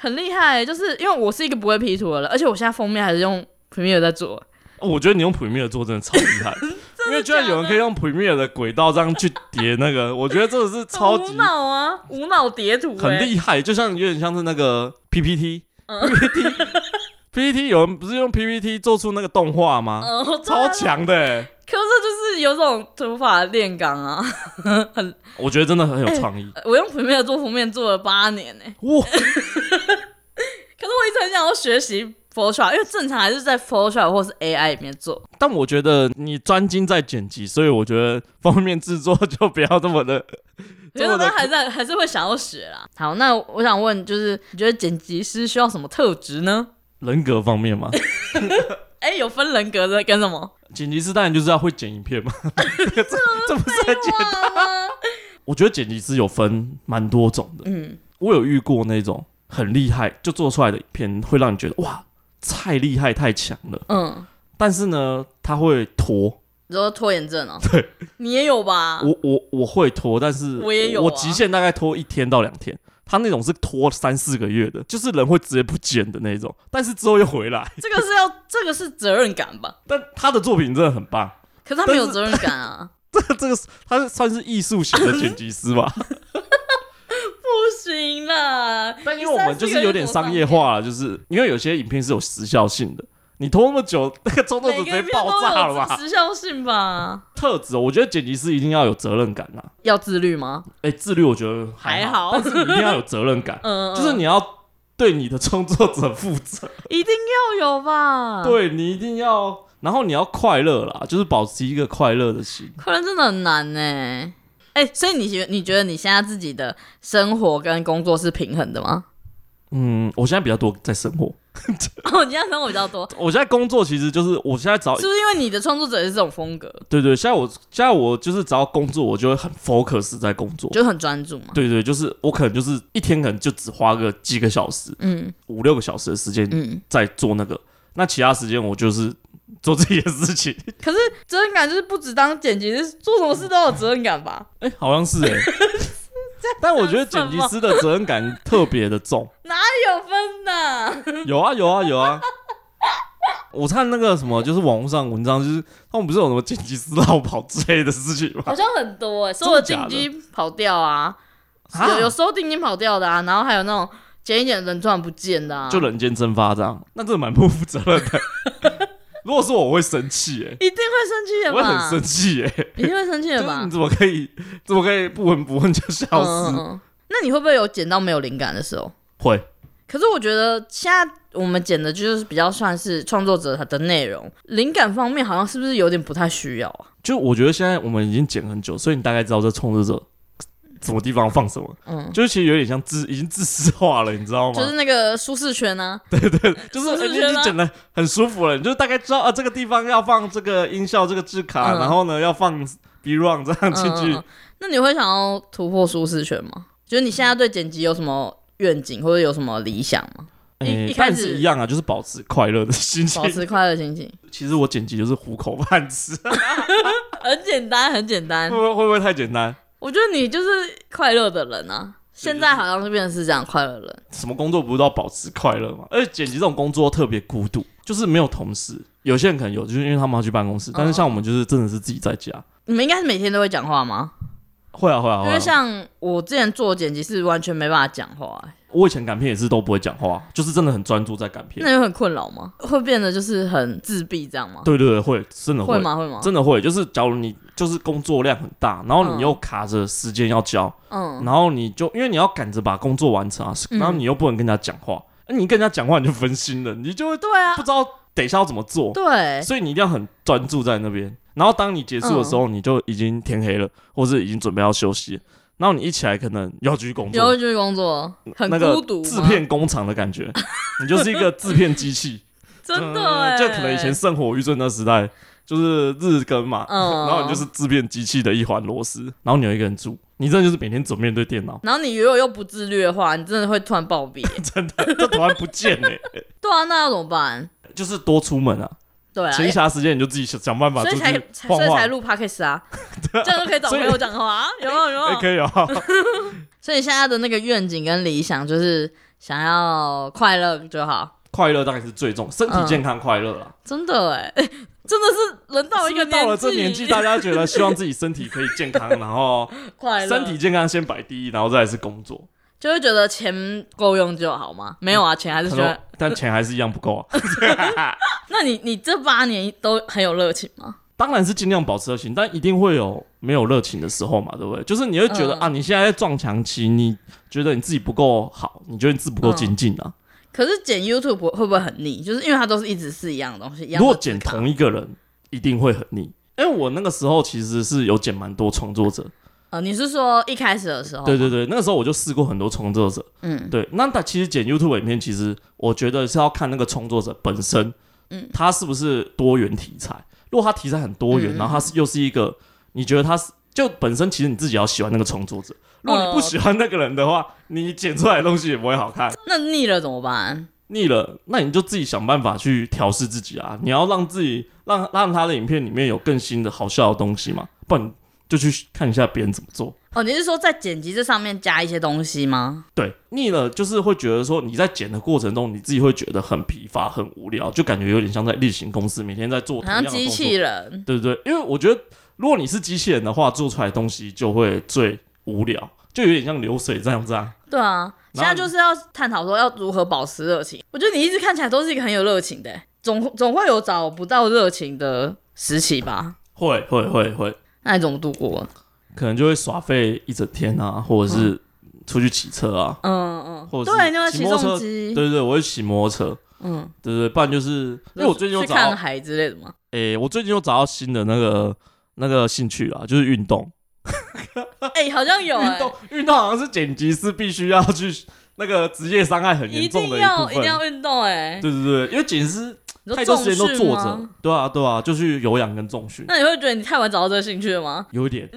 Speaker 2: 很厉害欸、就是因为我是一个不会 P 图的人，而且我现在封面还是用 Premiere 在做，
Speaker 1: 哦我觉得你用 Premiere 做真的超厉 害，因为居然有人可以用 Premiere 的轨道这样去叠那个，我觉得真的是超
Speaker 2: 很
Speaker 1: 级
Speaker 2: 无脑啊，无脑叠图、欸，
Speaker 1: 很厉害，就像有点像是那个 PPT，PPT。PPT 有人不是用 PPT 做出那个动画吗？
Speaker 2: 哦， 对啊
Speaker 1: 超强的、欸，
Speaker 2: 可是就是有种土法炼钢啊！
Speaker 1: 我觉得真的很有创意。
Speaker 2: 我用 Premiere 做封面做了八年欸呢、
Speaker 1: 哇，
Speaker 2: 可是我一直很想要学习 Photoshop，因为正常还是在 Photoshop 或是 AI 里面做。
Speaker 1: 但我觉得你专精在剪辑，所以我觉得封面制作就不要这么的。
Speaker 2: 觉
Speaker 1: 这么的
Speaker 2: 得但还在还是会想要学啦。好，那我想问，就是你觉得剪辑师需要什么特质呢？
Speaker 1: 人格方面嘛，
Speaker 2: 哎、有分人格的跟什么？
Speaker 1: 剪辑师当然就是要会剪影片嘛，这 这不是很简单。
Speaker 2: 哇
Speaker 1: 我觉得剪辑师有分蛮多种的，
Speaker 2: 嗯，
Speaker 1: 我有遇过那种很厉害，就做出来的影片会让你觉得哇，太厉害太强了。
Speaker 2: 嗯，
Speaker 1: 但是呢，他会拖，
Speaker 2: 你说拖延症哦、
Speaker 1: 对
Speaker 2: 你也有吧？
Speaker 1: 我我我会拖，但是
Speaker 2: 我也有啊
Speaker 1: 我极限大概拖一天到两天。他那种是拖三四个月的，就是人会直接不剪的那种，但是之后又回来。
Speaker 2: 这个是要这个是责任感吧？
Speaker 1: 但他的作品真的很棒，
Speaker 2: 可是他没有
Speaker 1: 但是
Speaker 2: 责任感啊，
Speaker 1: 这个是他是算是艺术型的剪辑师 吧？
Speaker 2: 不 行啦。
Speaker 1: 但因为我们就是有点商业化了，就是因为有些影片是有时效性的，你拖那么久，那个冲动者
Speaker 2: 每
Speaker 1: 直
Speaker 2: 个
Speaker 1: 接
Speaker 2: 月
Speaker 1: 爆炸了
Speaker 2: 都有
Speaker 1: 吧？
Speaker 2: 时效性吧？
Speaker 1: 特质哦，我觉得剪辑师一定要有责任感啦。
Speaker 2: 要自律吗？
Speaker 1: 哎、自律我觉得
Speaker 2: 还
Speaker 1: 好，
Speaker 2: 好，
Speaker 1: 但是你一定要有责任感
Speaker 2: 嗯，
Speaker 1: 就是你要对你的创作者负责，
Speaker 2: 一定要有吧？，
Speaker 1: 对你一定要，然后你要快乐啦，就是保持一个快乐的心。
Speaker 2: 快乐真的很难呢、哎、所以你觉你觉得你现在自己的生活跟工作是平衡的吗？
Speaker 1: 嗯，我现在比较多在生活，
Speaker 2: 哦，你现在生活比较多，
Speaker 1: 我现在工作其实就是我现在只要
Speaker 2: 是不是因为你的创作者也是这种风格，
Speaker 1: 对对，现在我现在我就是只要工作，我就会很 focus 在工作。
Speaker 2: 就很专注嘛？
Speaker 1: 对对，就是我可能就是一天可能就只花个几个小时，
Speaker 2: 嗯
Speaker 1: 五六个小时的时间
Speaker 2: 嗯，
Speaker 1: 在做那个，那其他时间我就是做自己的事情。
Speaker 2: 可是责任感就是不只当剪辑师，做什么事都有责任感吧？
Speaker 1: 哎、好像 是哎、但我觉得剪辑师的责任感特别的 重。
Speaker 2: 哪有分的？
Speaker 1: 有啊有啊有啊！我看那个什么，就是网络上文章，就是他们不是有什么剪辑师绕跑之类的事情吗
Speaker 2: 好？像很多哎、欸，所
Speaker 1: 真
Speaker 2: 有
Speaker 1: 的假
Speaker 2: 定
Speaker 1: 的
Speaker 2: 金跑掉啊，
Speaker 1: 啊
Speaker 2: 有有时候定金跑掉的啊，然后还有那种剪一剪人突然不见的啊，
Speaker 1: 就人间蒸发这样，那真的蛮不负责任的。 如果是我，我会生气哎、
Speaker 2: 一定会生气的
Speaker 1: 我会
Speaker 2: 吧？
Speaker 1: 很生气哎、
Speaker 2: 一定会生气
Speaker 1: 就
Speaker 2: 的
Speaker 1: 是
Speaker 2: 吧
Speaker 1: 你？怎么可以，怎么可以不闻不问就消失？
Speaker 2: 嗯。那你会不会有剪到没有灵感的时候？
Speaker 1: 会，
Speaker 2: 可是我觉得现在我们剪的就是比较算是创作者的内容，灵感方面好像是不是有点不太需要啊？
Speaker 1: 就我觉得现在我们已经剪很久，所以你大概知道这创作者什么地方放什么，
Speaker 2: 嗯，
Speaker 1: 就是其实有点像自已经自私化了，你知道吗？
Speaker 2: 就是那个舒适圈啊呢、
Speaker 1: 就是
Speaker 2: 舒适
Speaker 1: 哎你
Speaker 2: 圈
Speaker 1: 已经
Speaker 2: 啊
Speaker 1: 剪的很舒服了，你就大概知道啊这个地方要放这个音效、这个字卡，
Speaker 2: 嗯
Speaker 1: 然后呢要放 B run 这样
Speaker 2: 啊，
Speaker 1: 进
Speaker 2: 嗯
Speaker 1: 去。
Speaker 2: 嗯嗯那你会想要突破舒适圈吗？就是你现在对剪辑有什么愿景或者有什么理想吗？
Speaker 1: 哎
Speaker 2: 嗯一一开
Speaker 1: 但
Speaker 2: 始
Speaker 1: 是一样啊，就是保持快乐的心情
Speaker 2: 保。持哎快乐心情，
Speaker 1: 其实我剪辑就是糊口饭吃，会
Speaker 2: 很简单，很简单
Speaker 1: 不。会会不会太简单？
Speaker 2: 我觉得你就是快乐的人啊，现在好像就变成是这样快乐人，
Speaker 1: 什么工作不是都要保持快乐嘛？而且剪辑这种工作特别孤独，就是没有同事。有些人可能有，就是因为他们要去办公室，
Speaker 2: 嗯
Speaker 1: 但是像我们就是真的是自己在家。
Speaker 2: 你们应该是每天都会讲话吗？
Speaker 1: 会啊会啊
Speaker 2: 因
Speaker 1: 会
Speaker 2: 为
Speaker 1: 啊！
Speaker 2: 像我之前做剪辑是完全没办法讲话、欸
Speaker 1: 我以前赶片也是都不会讲话，就是真的很专注在赶片。
Speaker 2: 那有很困扰吗？会变得就是很自闭这样吗？
Speaker 1: 对对对，会真的
Speaker 2: 会吗？会吗？
Speaker 1: 真的会，就是假如你就是工作量很大，然后
Speaker 2: 嗯
Speaker 1: 你又卡着时间要交，
Speaker 2: 嗯，
Speaker 1: 然后你就因为你要赶着把工作完成啊，
Speaker 2: 嗯
Speaker 1: 然后你又不能跟人家讲话，那你跟人家讲话你就分心了，你就会
Speaker 2: 对啊
Speaker 1: 不，知道等一下要怎么做，
Speaker 2: 对，
Speaker 1: 所以你一定要很专注在那边。然后当你结束的时候，
Speaker 2: 嗯
Speaker 1: 你就已经天黑了，或是已经准备要休息了，然后你一起来可能又要继续工
Speaker 2: 有
Speaker 1: 作，
Speaker 2: 一句工作很
Speaker 1: 那个
Speaker 2: 孤独吗，
Speaker 1: 制片工厂的感觉，你就是一个制片机器。
Speaker 2: 真的
Speaker 1: 嗯
Speaker 2: 哎，
Speaker 1: 就可能以前圣火余震那时代，就是日更嘛，
Speaker 2: 嗯，
Speaker 1: 然后你就是制片机器的一环螺丝，然后你有一个人住，你真的就是每天总面对电脑
Speaker 2: 然后你如果又不自律的话，你真的会突然暴毙欸。
Speaker 1: 真的，这突然不见了欸、
Speaker 2: 对啊，那要怎么办？
Speaker 1: 就是多出门啊，
Speaker 2: 对啊，
Speaker 1: 闲暇时间你就自己想想办法
Speaker 2: 所以
Speaker 1: 出
Speaker 2: 才
Speaker 1: 去
Speaker 2: 才
Speaker 1: 晃
Speaker 2: 所以才
Speaker 1: 晃，
Speaker 2: 录 podcast 啊，这样就可以找朋友讲话啊，有没有？有没
Speaker 1: 哎，
Speaker 2: 有？
Speaker 1: 可以啊，
Speaker 2: 所以现在的那个愿景跟理想就是想要快乐就好，
Speaker 1: 快乐当然是最重，身体
Speaker 2: 嗯
Speaker 1: 健康快乐啦。
Speaker 2: 真的哎，真的是人到一
Speaker 1: 因
Speaker 2: 个
Speaker 1: 为到了这年纪，大家觉得希望自己身体可以健康，然后
Speaker 2: 快乐，
Speaker 1: 身体健康先摆第一，然后再来是工作。
Speaker 2: 就会觉得钱够用就好嘛。没有啊，钱还是
Speaker 1: 可
Speaker 2: 觉
Speaker 1: 能
Speaker 2: 得。
Speaker 1: 但钱还是一样不够啊。
Speaker 2: 那你你这八年都很有热情吗？
Speaker 1: 当然是尽量保持热情，但一定会有没有热情的时候嘛，对不对？就是你会觉得、
Speaker 2: 嗯
Speaker 1: 啊，你现在在撞墙期，你觉得你自己不够好，你觉得你自己不够精进啊。
Speaker 2: 可是剪 YouTube 不会不会很腻？就是因为它都是一直是一样的东西，一样的
Speaker 1: 如果
Speaker 2: 字
Speaker 1: 剪
Speaker 2: 卡
Speaker 1: 同一个人，一定会很腻。因为我那个时候其实是有剪蛮多重作者，
Speaker 2: 呃，你是说一开始的时候？
Speaker 1: 对对，对，那个时候我就试过很多重作者，
Speaker 2: 嗯，
Speaker 1: 对，那他其实剪 YouTube 影片，其实我觉得是要看那个创作者本身，
Speaker 2: 嗯
Speaker 1: 他是不是多元题材。如果他题材很多元，
Speaker 2: 嗯
Speaker 1: 然后他是又是一个，你觉得他是就本身其实你自己要喜欢那个创作者。如果你不
Speaker 2: 哦
Speaker 1: 喜欢那个人的话，你剪出来的东西也不会好看。
Speaker 2: 那腻了怎么办？
Speaker 1: 腻了，那你就自己想办法去调试自己啊！你要让自己让让他的影片里面有更新的好笑的东西嘛，不然你就去看一下别人怎么做。
Speaker 2: 哦，你是说在剪辑这上面加一些东西吗？
Speaker 1: 对，腻了就是会觉得说你在剪的过程中，你自己会觉得很疲乏、很无聊，就感觉有点像在例行公事，每天在做
Speaker 2: 好
Speaker 1: 同样
Speaker 2: 像
Speaker 1: 的
Speaker 2: 机
Speaker 1: 动作
Speaker 2: 器，人，
Speaker 1: 对不对？因为我觉得，如果你是机器人的话，做出来的东西就会最无聊，就有点像流水这样子啊。
Speaker 2: 对啊，现
Speaker 1: 然后
Speaker 2: 在就是要探讨说要如何保持热情。我觉得你一直看起来都是一个很有热情的欸，总总会有找不到热情的时期吧？
Speaker 1: 会会会会，
Speaker 2: 那你怎么度过？
Speaker 1: 可能就会耍废一整天啊，或者是出去骑车啊，
Speaker 2: 嗯嗯
Speaker 1: 或
Speaker 2: 嗯，
Speaker 1: 者是
Speaker 2: 对，那个
Speaker 1: 骑
Speaker 2: 起
Speaker 1: 摩托
Speaker 2: 重
Speaker 1: 车
Speaker 2: 机，
Speaker 1: 对对对，我会骑摩托车，
Speaker 2: 嗯，
Speaker 1: 对对对，不然就是因为我最近有
Speaker 2: 去
Speaker 1: 找
Speaker 2: 看
Speaker 1: 到，
Speaker 2: 海之类的嘛。
Speaker 1: 诶、我最近有找到新的那个那个兴趣啦，就是运动。
Speaker 2: 哎，好像有
Speaker 1: 运
Speaker 2: 哎，
Speaker 1: 动运动好像是剪辑师必须要去那个职业伤害很
Speaker 2: 一
Speaker 1: 严重
Speaker 2: 定
Speaker 1: 的部
Speaker 2: 要一
Speaker 1: 分
Speaker 2: 定。要运动哎。
Speaker 1: 对对对，因为剪辑师
Speaker 2: 你
Speaker 1: 太
Speaker 2: 说
Speaker 1: 多
Speaker 2: 重
Speaker 1: 时间都
Speaker 2: 训
Speaker 1: 坐着
Speaker 2: 吗？，
Speaker 1: 对啊对啊，就去有氧跟重训，
Speaker 2: 那你会觉得你太晚找到这个兴趣了吗？
Speaker 1: 有一点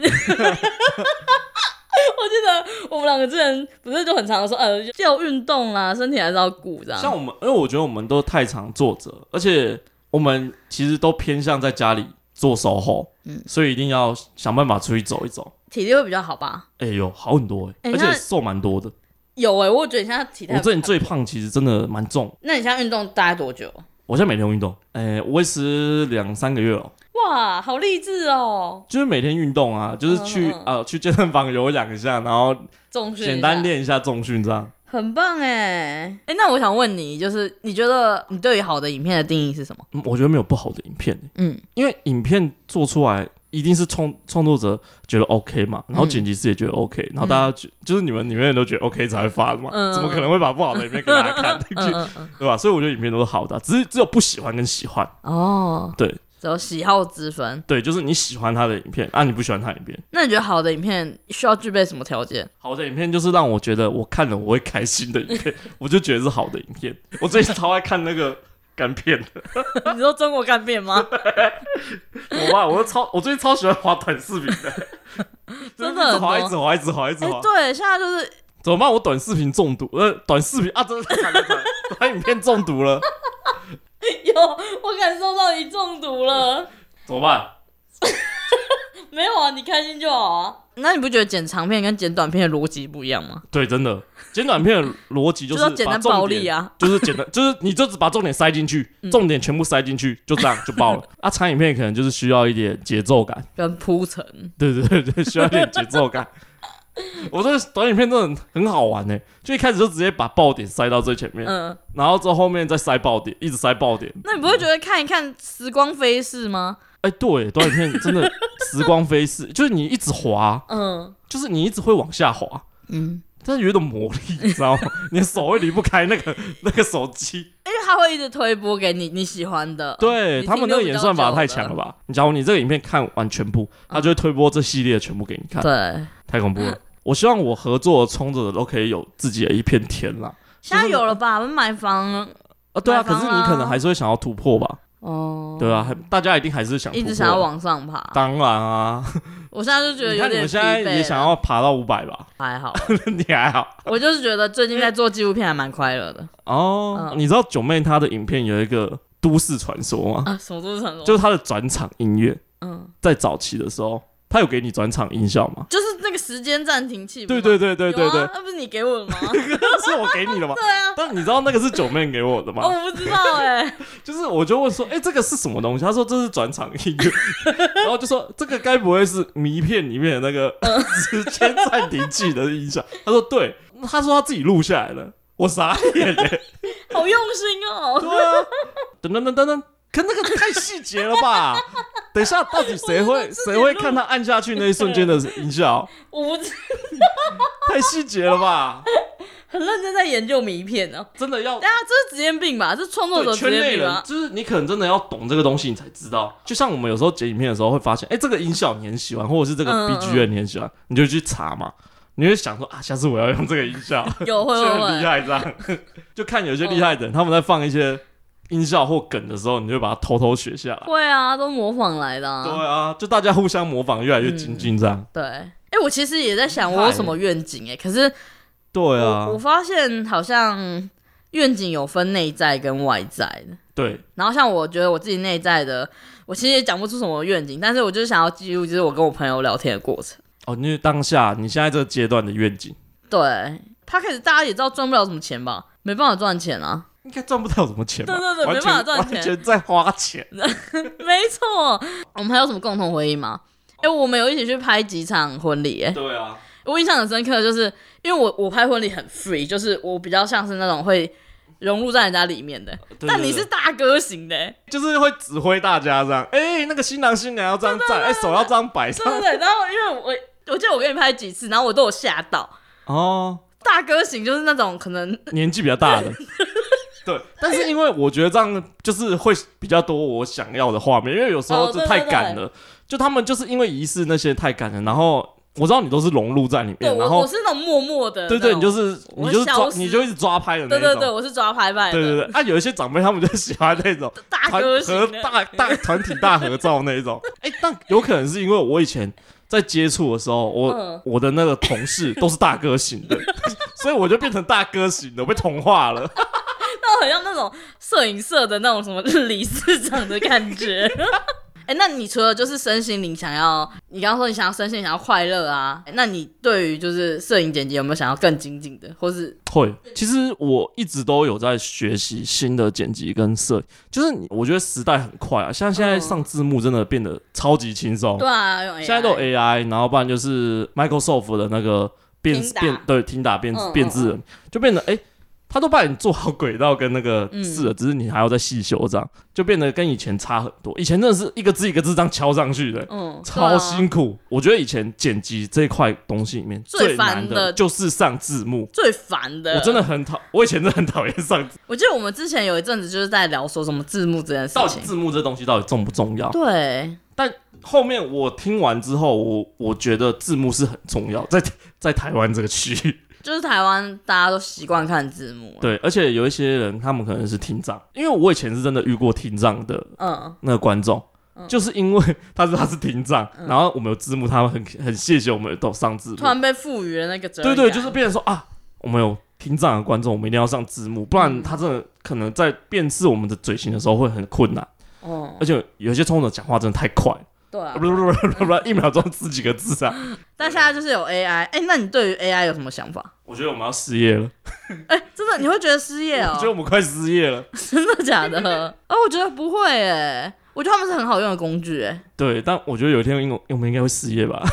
Speaker 2: 我记得我们两个之前不是就很常说，呃，就运动啦，身体还是要顾这样。
Speaker 1: 像我们，因为我觉得我们都太常坐着，而且我们其实都偏向在家里做售后，
Speaker 2: 嗯
Speaker 1: 所以一定要想办法出去走一走。
Speaker 2: 体力会比较好吧？
Speaker 1: 哎呦，好很多哎、
Speaker 2: 哎
Speaker 1: 而且
Speaker 2: 那
Speaker 1: 瘦蛮多的。
Speaker 2: 有哎、我觉得你现在体态
Speaker 1: 我，这人最胖，其实真的蛮重。
Speaker 2: 那你现在运动大概多久？
Speaker 1: 我现在每天运动，哎、我维持两三个月了。
Speaker 2: 哇，好励志哦！
Speaker 1: 就是每天运动啊，就是去
Speaker 2: 嗯嗯
Speaker 1: 呃去健身房有氧一下，然后
Speaker 2: 重训一下
Speaker 1: 简单，练一下重训这样。
Speaker 2: 很棒哎、哎、那我想问你，就是你觉得你对于好的影片的定义是什么？
Speaker 1: 嗯我觉得没有不好的影片欸，
Speaker 2: 嗯，
Speaker 1: 因为影片做出来一定是创创作者觉得 OK 嘛，
Speaker 2: 嗯
Speaker 1: 然后剪辑师也觉得 OK，、然后大家觉就是你们里面人都觉得 OK 才会发的嘛，
Speaker 2: 嗯嗯
Speaker 1: 怎么可能会把不好的影片给大家看，
Speaker 2: 嗯嗯嗯，
Speaker 1: 对吧？所以我觉得影片都是好的啊、只是只有不喜欢跟喜欢，
Speaker 2: 哦，
Speaker 1: 对
Speaker 2: 只有喜好之分。
Speaker 1: 对，就是你喜欢他的影片，啊，你不喜欢他的影片。
Speaker 2: 那你觉得好的影片需要具备什么 条件？
Speaker 1: 好的影片就是让我觉得我看了我会开心的影 片，我就觉得是好的影片。我最近超爱看那个干片的，
Speaker 2: 你说中国干 面吗？
Speaker 1: 我啊，我都超，我最近超喜欢滑短视频 的，
Speaker 2: 真的很多
Speaker 1: 一直滑，一直滑，一直滑，一直
Speaker 2: 哎、
Speaker 1: 滑。
Speaker 2: 对，现在就是
Speaker 1: 怎么办？我短视频中毒，呃，短视频啊， 真的是惨了，惨了短影片中毒了，
Speaker 2: 有，我感受到你中毒了。
Speaker 1: 怎么办？
Speaker 2: 没有啊，你开心就好啊。那你不觉得剪长片跟剪短片的逻辑不一样吗？
Speaker 1: 对，真的剪短片的逻辑就
Speaker 2: 就是是简
Speaker 1: 把
Speaker 2: 单
Speaker 1: 重
Speaker 2: 暴力
Speaker 1: 点
Speaker 2: 啊，嗯
Speaker 1: 就是简单， 就是你就只把重点塞进去，重点全部塞进去，就这样就 爆了。啊，长影片可能就是需要一点节奏感，
Speaker 2: 跟铺陈。
Speaker 1: 对对对对，需要一点节奏 感。我这个短影片真的很好玩呢、欸就一开始就直接把爆点塞到最前面，
Speaker 2: 嗯，
Speaker 1: 然后之后后面再塞爆点，一直塞爆点。
Speaker 2: 那你不会觉得看一看时光飞逝吗？
Speaker 1: 哎、对，短影片真的 时光飞逝，就是你一直滑，
Speaker 2: 嗯
Speaker 1: 就是你一直会往下滑，
Speaker 2: 嗯，
Speaker 1: 但是有一种 魔力，你知道吗？你的手会离不开那个那个手机。
Speaker 2: 因为他会一直推播给你你喜欢的。
Speaker 1: 对
Speaker 2: 你
Speaker 1: 他们
Speaker 2: 停
Speaker 1: 那
Speaker 2: 留
Speaker 1: 个
Speaker 2: 比
Speaker 1: 演
Speaker 2: 较
Speaker 1: 算法
Speaker 2: 久
Speaker 1: 太
Speaker 2: 的
Speaker 1: 强了嗯吧？你假如你这个影片看完全部，他就会推播这系列全部给你看，
Speaker 2: 对，
Speaker 1: 太恐怖了。我希望我合作的冲着的都可以有自己的一片天啦。
Speaker 2: 现在有了吧？我们买房
Speaker 1: 啊，对啊，
Speaker 2: 买
Speaker 1: 可
Speaker 2: 房
Speaker 1: 是你可能
Speaker 2: 啦
Speaker 1: 还是会想要突破吧？
Speaker 2: 哦，
Speaker 1: 对啊，还大家一定还是想
Speaker 2: 一直
Speaker 1: 突
Speaker 2: 想要
Speaker 1: 破啊。
Speaker 2: 往上爬。
Speaker 1: 当然啊，
Speaker 2: 我现在就觉得
Speaker 1: 你
Speaker 2: 有
Speaker 1: 看你们
Speaker 2: 点疲
Speaker 1: 现在也
Speaker 2: 惫
Speaker 1: 想
Speaker 2: 了，
Speaker 1: 要爬到五百吧？
Speaker 2: 还好，
Speaker 1: 你还好
Speaker 2: 我就是觉得最近在做纪录片还蛮快乐的
Speaker 1: 哦。
Speaker 2: 嗯
Speaker 1: 你知道九妹她的影片有一个都市传说吗？
Speaker 2: 啊，什么都是传说，
Speaker 1: 就是她的转场音乐，
Speaker 2: 嗯，
Speaker 1: 在早期的时候，她有给你转场音效吗？
Speaker 2: 就是那个时间暂停器，
Speaker 1: 对对，对对对
Speaker 2: 有
Speaker 1: 对
Speaker 2: 啊， 那不是你给我的吗？
Speaker 1: 是我给你的吗？
Speaker 2: 对啊，
Speaker 1: 但你知道那个是九妹给我的吗？
Speaker 2: 哦，我不知道哎，
Speaker 1: 就是我就问说，哎、这个是什么东西？他说这是转场音乐， 然后就说这个该不会是迷片里面的那个
Speaker 2: 嗯
Speaker 1: 时间暂停器的音响？他说对，他说他自己录下来了，我傻眼嘞、
Speaker 2: 好用心哦，
Speaker 1: 对啊，噔噔噔噔噔，可那个太细节了 吧？等一下，到底谁会谁会看他按下去那一瞬间的音效？
Speaker 2: 我不知
Speaker 1: 太细节了吧？
Speaker 2: 很认真在研究迷片哦，
Speaker 1: 真的要
Speaker 2: 大家这是职业病吧？这是创作者
Speaker 1: 对
Speaker 2: 职
Speaker 1: 圈内
Speaker 2: 业病
Speaker 1: 人
Speaker 2: 吧，？
Speaker 1: 就是你可能真的要懂这个东西，你才知道。就像我们有时候剪影片的时候，会发现，哎、这个音效你很喜欢，或者是这个
Speaker 2: 嗯嗯
Speaker 1: BGM 你很喜欢，你就去查嘛。你会想说啊，下次我要用这个音效，
Speaker 2: 有 会
Speaker 1: 就
Speaker 2: 会
Speaker 1: 很厉
Speaker 2: 会，
Speaker 1: 害啊这样。 就看有些厉害的人，他们在放一些音效或梗的时候，你就把它偷偷学下来。
Speaker 2: 会啊，都模仿来的
Speaker 1: 对
Speaker 2: 啊，
Speaker 1: 啊，就大家互相模仿，越来越精进这样。
Speaker 2: 对，哎，我其实也在想我有什么愿景哎，可是
Speaker 1: 对啊
Speaker 2: 我，我发现好像愿景有分内在跟外在的。
Speaker 1: 对，
Speaker 2: 然后像我觉得我自己内在的，我其实也讲不出什么愿景，但是我就是想要记录，就是我跟我朋友聊天的过程。
Speaker 1: 哦，因为当下你现在这个阶段的愿景，
Speaker 2: 对他开始大家也知道赚不了什么钱吧，没办法赚钱啊，
Speaker 1: 应该赚不到什么钱吧？
Speaker 2: 对对对
Speaker 1: 完
Speaker 2: 没
Speaker 1: 全
Speaker 2: 办法赚钱
Speaker 1: 完全在花钱。
Speaker 2: 没错。我们还有什么共同回忆吗？哎、我们有一起去拍几场婚礼、哎，
Speaker 1: 对啊，
Speaker 2: 我印象很深刻，就是因为我我拍婚礼很 free，就是我比较像是那种会融入在人家里面的，
Speaker 1: 对对
Speaker 2: 但
Speaker 1: 对
Speaker 2: 你是大哥型的、哎
Speaker 1: 就是会指挥大家这样，哎、那个新郎新娘要这样站，哎、手要这样摆
Speaker 2: 对对
Speaker 1: 上。
Speaker 2: 对，然后因为我我记得我给你拍几次，然后我都有吓到。
Speaker 1: 哦，
Speaker 2: 大哥型就是那种可能
Speaker 1: 年纪比较大 的。对，但是因为我觉得这样就是会比较多我想要的画面，因为有时候
Speaker 2: 哦
Speaker 1: 这
Speaker 2: 对
Speaker 1: 太
Speaker 2: 对
Speaker 1: 赶
Speaker 2: 对
Speaker 1: 了，就他们就是因为仪式那些太赶了，然后我知道你都是融入在里
Speaker 2: 对
Speaker 1: 面，然
Speaker 2: 我我
Speaker 1: 后
Speaker 2: 是那种默默的那
Speaker 1: 对
Speaker 2: 种，
Speaker 1: 对，你就是
Speaker 2: 我
Speaker 1: 你
Speaker 2: 会
Speaker 1: 就是抓
Speaker 2: 消失
Speaker 1: 你就一直抓拍的那
Speaker 2: 对
Speaker 1: 种，
Speaker 2: 对对，我是抓拍派的，
Speaker 1: 对对对啊，有一些长辈他们就喜欢那种
Speaker 2: 大
Speaker 1: 团
Speaker 2: 哥型
Speaker 1: 合
Speaker 2: 的，
Speaker 1: 大大团体大合照那一 种。哎、但有可能是因为我以前在接触的时候，我、
Speaker 2: 嗯
Speaker 1: 我的那个同事都是大哥型的， 所以我就变成大哥型的，我被同化了。
Speaker 2: 那很像那种摄影社的那种什么理事长的感觉。 哎、那你除了就是身心灵想要，你刚刚说你想要身心灵想要快乐啊，那你对于就是摄影剪辑有没有想要更精进的，或是
Speaker 1: 会，其实我一直都有在学习新的剪辑跟摄影，就是你我觉得时代很快啊，像现在
Speaker 2: 嗯
Speaker 1: 上字幕真的变得超级轻松。
Speaker 2: 对啊，用 AI
Speaker 1: 哦现在都有 AI，然后不然就是 Microsoft 的那个变
Speaker 2: 听打
Speaker 1: 变对听打变
Speaker 2: 嗯
Speaker 1: 变字人，就变得哎、诶他都帮你做好轨道跟那个
Speaker 2: 嗯
Speaker 1: 字了，只是你还要再细修这样，就变得跟以前差很多。以前真的是一个字一个字这样敲上去的。
Speaker 2: 嗯，
Speaker 1: 超
Speaker 2: 对啊
Speaker 1: 辛苦，我觉得以前剪辑这块东西里面
Speaker 2: 最
Speaker 1: 最难
Speaker 2: 烦
Speaker 1: 的
Speaker 2: 的
Speaker 1: 就是上字幕，
Speaker 2: 最烦的，
Speaker 1: 我真的，很讨，我以前真的很讨厌上字，
Speaker 2: 我记得我们之前有一阵子就是在聊说什么字幕这件事
Speaker 1: 到底
Speaker 2: 情，
Speaker 1: 字幕这东西到底重不重要？
Speaker 2: 对，
Speaker 1: 后面我听完之后，我我觉得字幕是很重要，在在台湾这个区域，
Speaker 2: 就是台湾大家都习惯看字幕，，啊
Speaker 1: 对，而且有一些人他们可能是听障，因为我以前是真的遇过听障的
Speaker 2: 嗯，
Speaker 1: 那个观众，
Speaker 2: 嗯
Speaker 1: 就是因为 他是他是听障，然后我们有字幕，他们很很谢谢我们都上字幕
Speaker 2: 突，然被赋予了那个责任
Speaker 1: 对
Speaker 2: 感，
Speaker 1: 对，就是变成说啊，我们有听障的观众，我们一定要上字幕，不然
Speaker 2: 嗯
Speaker 1: 他真的可能在辨识我们的嘴型的时候会很困难，
Speaker 2: 哦，
Speaker 1: 而且有些冲着讲话真的太快，
Speaker 2: 对啊
Speaker 1: 啊，不是不是不是不是，一秒钟吃几个字啊？
Speaker 2: 但现在就是有 AI，哎、那你对于 AI 有什么想法？
Speaker 1: 我觉得我们要失业了，
Speaker 2: 哎、真的你会觉得失业
Speaker 1: 我
Speaker 2: 哦、
Speaker 1: 觉得我们快失业了。
Speaker 2: 真的假 的？哦，我觉得不会哎、我觉得他们是很好用的工具哎、
Speaker 1: 对，但我觉得有一天应我们应该会失业吧。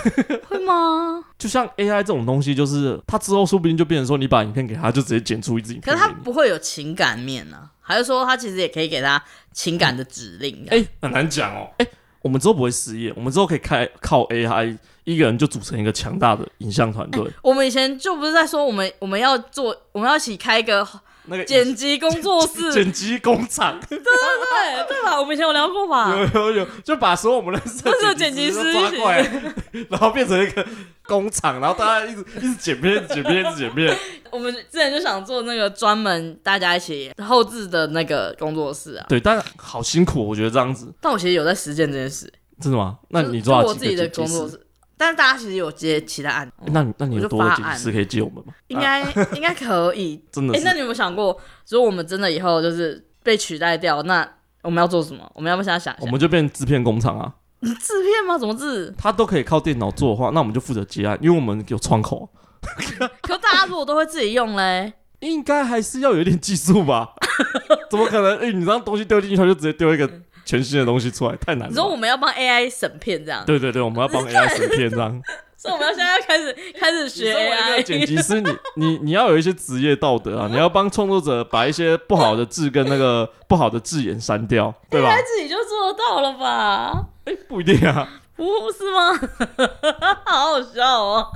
Speaker 2: 会吗？
Speaker 1: 就像 AI 这种东西，就是它之后说不定就变成说，你把影片给它，就直接剪出一支影
Speaker 2: 可
Speaker 1: 片
Speaker 2: 是
Speaker 1: 给
Speaker 2: 他
Speaker 1: 你。
Speaker 2: 不会有情感面呢、啊，还是说他其实也可以给他情感的指令？哎、
Speaker 1: 哎、很难讲哦。哎、我们之后不会失业，我们之后可以开靠 AI 一个人就组成一个强大的影像团队。
Speaker 2: 我们以前就不是在说我们我们要做，我们要一起开一个
Speaker 1: 那个
Speaker 2: 剪辑工作室，对
Speaker 1: 剪辑工厂
Speaker 2: 对对吧？我们以前有聊过吧？
Speaker 1: 有有有，就把所有我们 认识的
Speaker 2: 那是
Speaker 1: 剪
Speaker 2: 啊剪辑
Speaker 1: 师都
Speaker 2: 师
Speaker 1: 抓
Speaker 2: 一起
Speaker 1: 过来，然后变成一个工厂，然后大家一直一直剪片、剪片、一直剪片。
Speaker 2: 我们之前就想做那个专门大家一起后置的那个工作室啊，
Speaker 1: 对，但好辛苦，我觉得这样子
Speaker 2: 但我其实有在实践这件事。
Speaker 1: 真的吗？那
Speaker 2: 就
Speaker 1: 你
Speaker 2: 就
Speaker 1: 抓了
Speaker 2: 我
Speaker 1: 几
Speaker 2: 自己
Speaker 1: 个
Speaker 2: 的
Speaker 1: 剪辑
Speaker 2: 工作
Speaker 1: 师？
Speaker 2: 室，但是大家其实有接其他案，
Speaker 1: 欸那你那你有
Speaker 2: 我就
Speaker 1: 多的
Speaker 2: 发
Speaker 1: 剪
Speaker 2: 案
Speaker 1: 辑师可以借我们吗？
Speaker 2: 应该、 应该可以。
Speaker 1: 啊 真的
Speaker 2: 哎、
Speaker 1: 是
Speaker 2: 那你有没有想过，如果我们真的以后就是被取代掉，那我们要做什么？我们要不要现在想一
Speaker 1: 我
Speaker 2: 下？
Speaker 1: 们就变制片工厂啊，
Speaker 2: 制片吗？怎么制？
Speaker 1: 他都可以靠电脑做的
Speaker 2: 嗯
Speaker 1: 话，那我们就负责接案，因为我们有窗口，
Speaker 2: 可大家如果都会自己用嘞，
Speaker 1: 应该还是要有一点技术吧？ 怎么可能？哎、你让东西丢进去，他就直接丢一个全新的东西出来，太难
Speaker 2: 你
Speaker 1: 了
Speaker 2: 说
Speaker 1: 吧。
Speaker 2: 我们要帮 AI 审片这样，
Speaker 1: 对对对，我们 要帮 AI 审片这样。
Speaker 2: 所以我们要现在 开始开始学
Speaker 1: 你身为一个剪
Speaker 2: AI。
Speaker 1: 辑师，你你你要有一些职业道德
Speaker 2: 哎
Speaker 1: 啊，你要帮创作者把一些不好的字跟那个 不好的字眼删掉，对吧？
Speaker 2: 自己就做得到了吧？
Speaker 1: 哎、不一定啊，
Speaker 2: 不是吗？ 好好笑哦！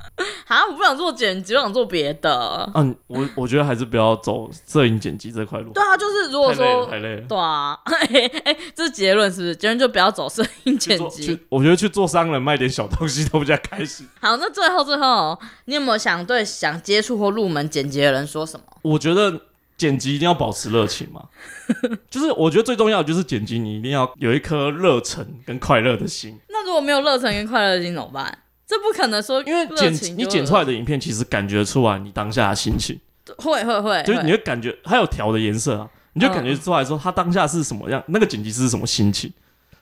Speaker 2: 啊，我不想做剪辑，我想做别的。
Speaker 1: 嗯、我我觉得还是不要走摄影剪辑这块路，
Speaker 2: 对啊，就是如果
Speaker 1: 太累了，
Speaker 2: 说
Speaker 1: 太累了。
Speaker 2: 对啊， 哎、哎、这是结论是不是？结论就不要走摄影
Speaker 1: 去
Speaker 2: 剪
Speaker 1: 做
Speaker 2: 辑。
Speaker 1: 去，我觉得去做商人卖点小东西都比较开心。
Speaker 2: 好，那最后最后，你有没有想对想接触或入门剪辑的人说什么？
Speaker 1: 我觉得剪辑一定要保持热情 嘛，就是我觉得最重要的就是剪辑，你一定要有一颗热忱跟快乐的心，
Speaker 2: 那如果没有热忱跟快乐的心怎么办？这不可能说，
Speaker 1: 因为
Speaker 2: 热
Speaker 1: 剪
Speaker 2: 情
Speaker 1: 你
Speaker 2: 就
Speaker 1: 剪出来的影片其实感觉出来你当下的心情，
Speaker 2: 会会会，
Speaker 1: 就是
Speaker 2: 会
Speaker 1: 你会感觉它有调的颜色啊，你就感觉出来说他当下是什么样，那个剪辑师是什么心情。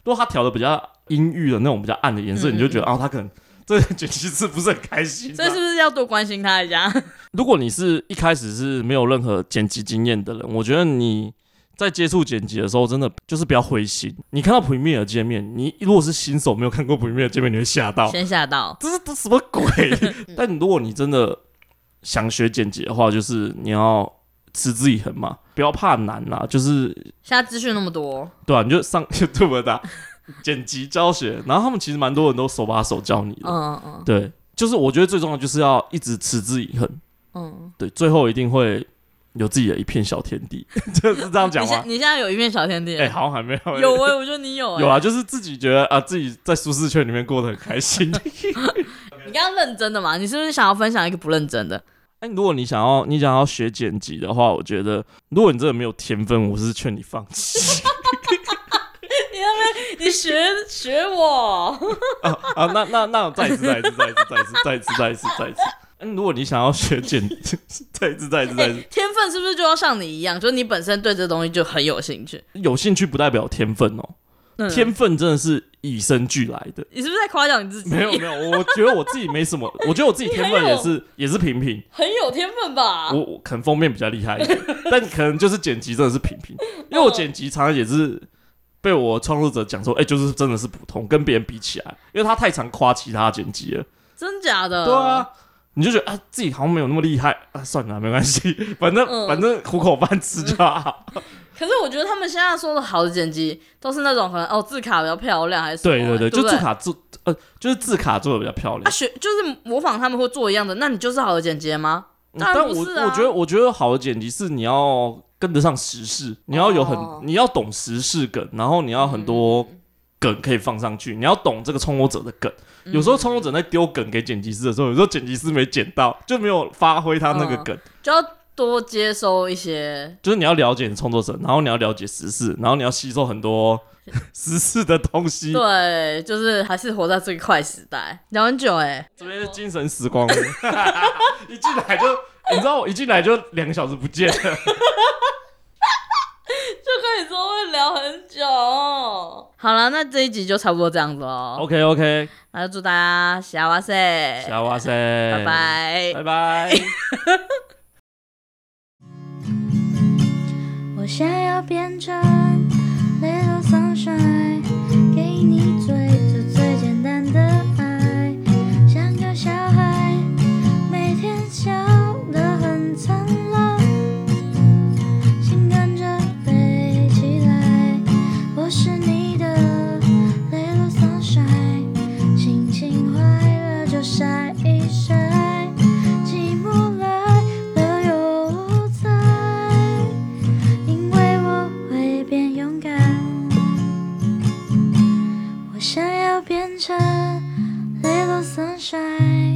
Speaker 1: 如果他调的比较阴郁的那种比较暗的颜色，
Speaker 2: 嗯嗯
Speaker 1: 你就觉得哦，他可能这个剪辑师不是很开心啊。
Speaker 2: 所以是不是要多关心他一下？
Speaker 1: 如果你是一开始是没有任何剪辑经验的人，我觉得你在接触剪辑的时候，真的就是不要灰心。你看到 Premiere 界面，你如果是新手没有看过 Premiere 界面，你会吓到，
Speaker 2: 先吓到，
Speaker 1: 这是这什么鬼？但如果你真的想学剪辑的话，就是你要持之以恒嘛，不要怕难啦、就是
Speaker 2: 现在资讯那么多，
Speaker 1: 对啊，你就上 YouTube 打剪辑教学，然后他们其实蛮多人都手把手教你的，
Speaker 2: 嗯嗯
Speaker 1: 对，就是我觉得最重要就是要一直持之以恒。
Speaker 2: 嗯。
Speaker 1: 对，最后一定会有自己的一片小天地， 就是这样讲
Speaker 2: 你
Speaker 1: 吗
Speaker 2: 现？你现在有一片小天地
Speaker 1: 哎、
Speaker 2: 了，
Speaker 1: 好像还没有、
Speaker 2: 有哎、我觉得你有哎、
Speaker 1: 有啊，就是自己觉得啊，自己在舒适圈里面过得很开 心。
Speaker 2: 你刚刚认真的嘛？你是不是想要分享一个不认真的？
Speaker 1: 哎、如果你想要你想要学剪辑的话，我觉得如果你真的没有天分，我是劝你放弃
Speaker 2: 你学学我，
Speaker 1: 啊。那那那我再一次，再一次，再一次，再一次，再一次，再一次，再 一次。嗯，如果你想要学剪， 再一次，再一次，再一次，
Speaker 2: 天分是不是就要像你一样，就是你本身对这东西就很有兴趣？
Speaker 1: 有兴趣不代表天分哦，
Speaker 2: 嗯、
Speaker 1: 天分真的是与生俱来的。
Speaker 2: 你是不是在夸奖你自己？
Speaker 1: 没有没有，我觉得我自己没什么，我觉得我自己天分 也是也是平平，
Speaker 2: 很有天分吧？
Speaker 1: 我我可能封面比较厉害一点， 但可能就是剪辑真的是平平，因为我剪辑常常也是被我创作者讲说，哎、就是真的是普通，跟别人比起来，因为他太常夸其他剪辑了，
Speaker 2: 真假的？
Speaker 1: 对啊，。你就觉得啊，自己好像没有那么厉害啊，算了，没关系， 反正、
Speaker 2: 嗯
Speaker 1: 反正糊口饭吃就好。
Speaker 2: 可是我觉得他们现在说的好的剪辑，都是那种可能哦字卡比较漂亮，还是什 么
Speaker 1: 对对
Speaker 2: 对
Speaker 1: 对，
Speaker 2: 不
Speaker 1: 就
Speaker 2: 对
Speaker 1: 字卡做呃，就是字卡做的比较漂亮
Speaker 2: 啊。学就是模仿他们会做一样的，那你就是好的剪辑吗？
Speaker 1: 嗯
Speaker 2: 当然
Speaker 1: 但
Speaker 2: 不
Speaker 1: 我
Speaker 2: 是啊
Speaker 1: 我觉得，我觉得好的剪辑是你要跟得上时事，你要有很，
Speaker 2: 哦嗯
Speaker 1: 你要懂时事梗，然后你要很多梗可以放上去，你要懂这个创作者的梗。
Speaker 2: 嗯
Speaker 1: 有时候创作者在丢梗给剪辑师的时候，有时候剪辑师没剪到，就没有发挥他那
Speaker 2: 嗯
Speaker 1: 个梗。
Speaker 2: 就要多接收一些
Speaker 1: 就是你要了解你的创作者，然后你要了解时事，然后你要吸收很 多时事的东西。
Speaker 2: 对，就是还是活在这个快时代，聊很久哎、
Speaker 1: 这边是精神时光屋， 一进来就，你知道我一进来就两个小时不见 了。
Speaker 2: 就跟你说会聊很久。好了，那这一集就差不多这样子哦。
Speaker 1: OK OK，
Speaker 2: 那就祝大家夏哇塞，
Speaker 1: 小哇塞，
Speaker 2: 拜拜，
Speaker 1: 拜拜。
Speaker 3: 我想要变成 little sunshine，给你最最最简单的爱，像个小孩，每天笑得很灿烂，心跟着飞起来。我是你的 little sunshine，心情坏了就晒一晒，寂寞来了又无猜。因为我会变勇敢。我想要变成 little sunshine，